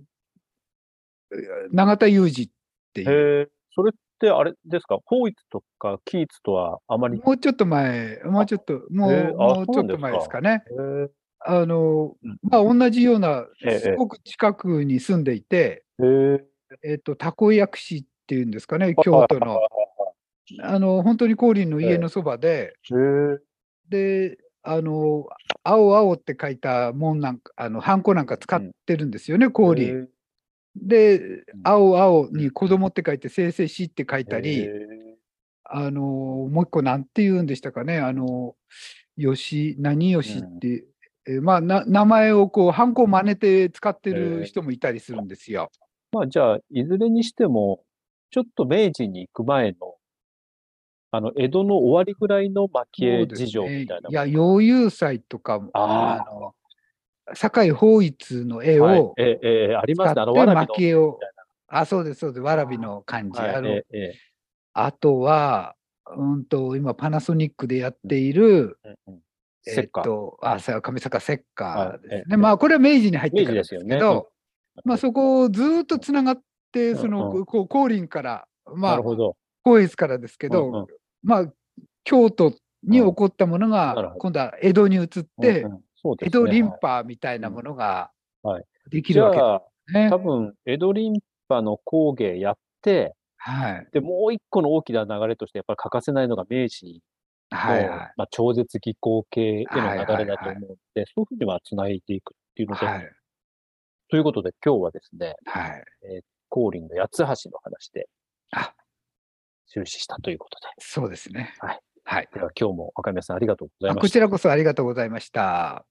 [SPEAKER 3] 永田裕二っていう、
[SPEAKER 2] へーそれってあれですか、ホーイツとかキーツとはあまり。
[SPEAKER 3] もうちょっと前、もうちょっと、もう、
[SPEAKER 2] へえあ
[SPEAKER 3] もうち
[SPEAKER 2] そうな
[SPEAKER 3] ょ
[SPEAKER 2] んです
[SPEAKER 3] っと
[SPEAKER 2] か
[SPEAKER 3] 前ですかね。
[SPEAKER 2] へー
[SPEAKER 3] あの
[SPEAKER 2] うん、
[SPEAKER 3] まあ、同じような、
[SPEAKER 2] ええ
[SPEAKER 3] すごく近くに住んでいて、
[SPEAKER 2] へー
[SPEAKER 3] えっと、たこ焼き市っていうんですかね、京都の。あの、本当に光琳の家のそばで、
[SPEAKER 2] へー
[SPEAKER 3] で、あの、青青って書いたもんなんか、あの、ハンコなんか使ってるんですよね、光琳。
[SPEAKER 2] へ
[SPEAKER 3] で、青青に子供って書いて、せいせいしって書い
[SPEAKER 2] ー
[SPEAKER 3] たり
[SPEAKER 2] へ、
[SPEAKER 3] あの、もう一個なんて言うんでしたかね、あの、吉、何吉って、えーまあな、名前をこう、ハンコを真似て使って
[SPEAKER 2] えー
[SPEAKER 3] る人もいたりするんですよ。
[SPEAKER 2] ーまあじゃあ、いずれにしても、ちょっと明治に行く前の、あの、江戸の終わりぐらいの蒔
[SPEAKER 3] そ
[SPEAKER 2] 絵
[SPEAKER 3] うです
[SPEAKER 2] 事情
[SPEAKER 3] ね
[SPEAKER 2] みたいな。
[SPEAKER 3] いや、陽遊祭とかも、
[SPEAKER 2] あ
[SPEAKER 3] あの、堺法一の絵
[SPEAKER 2] はい
[SPEAKER 3] を
[SPEAKER 2] ええええあり
[SPEAKER 3] 使
[SPEAKER 2] ま
[SPEAKER 3] っ
[SPEAKER 2] すね。
[SPEAKER 3] て、
[SPEAKER 2] あの、わらびの
[SPEAKER 3] 蒔絵を
[SPEAKER 2] みたい、
[SPEAKER 3] あ、そうです、そうです、わらびの感じ。
[SPEAKER 2] はい
[SPEAKER 3] あの、
[SPEAKER 2] ええええ
[SPEAKER 3] あとは、うんと、今、パナソニックでやっている、
[SPEAKER 2] うんうん
[SPEAKER 3] え
[SPEAKER 2] せ
[SPEAKER 3] っ
[SPEAKER 2] っか。
[SPEAKER 3] と、あ、さ上坂セッカーで
[SPEAKER 2] はいえ
[SPEAKER 3] す
[SPEAKER 2] え
[SPEAKER 3] ね。まあ、これは明治に入って
[SPEAKER 2] 明治
[SPEAKER 3] から
[SPEAKER 2] で
[SPEAKER 3] です
[SPEAKER 2] す
[SPEAKER 3] け
[SPEAKER 2] よね。
[SPEAKER 3] ど、
[SPEAKER 2] うん
[SPEAKER 3] まあ、そこをずーっとつながって、
[SPEAKER 2] うん
[SPEAKER 3] その、
[SPEAKER 2] う
[SPEAKER 3] こう、光琳から、ま
[SPEAKER 2] な
[SPEAKER 3] あ
[SPEAKER 2] る、ほど。
[SPEAKER 3] 光悦からですけど、
[SPEAKER 2] うんうん
[SPEAKER 3] まあ、京都に
[SPEAKER 2] うん
[SPEAKER 3] 起こったもの
[SPEAKER 2] なる
[SPEAKER 3] が
[SPEAKER 2] ほ、ど
[SPEAKER 3] 今度は江戸に移って、
[SPEAKER 2] うんうんそうです
[SPEAKER 3] 江
[SPEAKER 2] ね
[SPEAKER 3] 戸琳
[SPEAKER 2] はい
[SPEAKER 3] 派みたいなものが
[SPEAKER 2] はい
[SPEAKER 3] できるわけ
[SPEAKER 2] じ
[SPEAKER 3] で
[SPEAKER 2] ゃあ、
[SPEAKER 3] すね。
[SPEAKER 2] 多分、江戸琳派の工芸やって、
[SPEAKER 3] はい。
[SPEAKER 2] で、もう一個の大きな流れとして、やっぱり欠かせないのが明治の、
[SPEAKER 3] はいはい。
[SPEAKER 2] まあ、超絶技巧系への流れだと
[SPEAKER 3] はいはいはい
[SPEAKER 2] 思うので、そういうふうには繋いでいくっていうので、
[SPEAKER 3] はい。
[SPEAKER 2] ということで今日はですね、
[SPEAKER 3] はい。
[SPEAKER 2] 光琳の八つ橋の話で
[SPEAKER 3] あ、
[SPEAKER 2] 終始したということで、
[SPEAKER 3] そうですね。
[SPEAKER 2] はい。
[SPEAKER 3] はい。
[SPEAKER 2] では今日も若宮さんありがとうござい
[SPEAKER 3] あ
[SPEAKER 2] ました
[SPEAKER 3] こちらこそありがとうございました。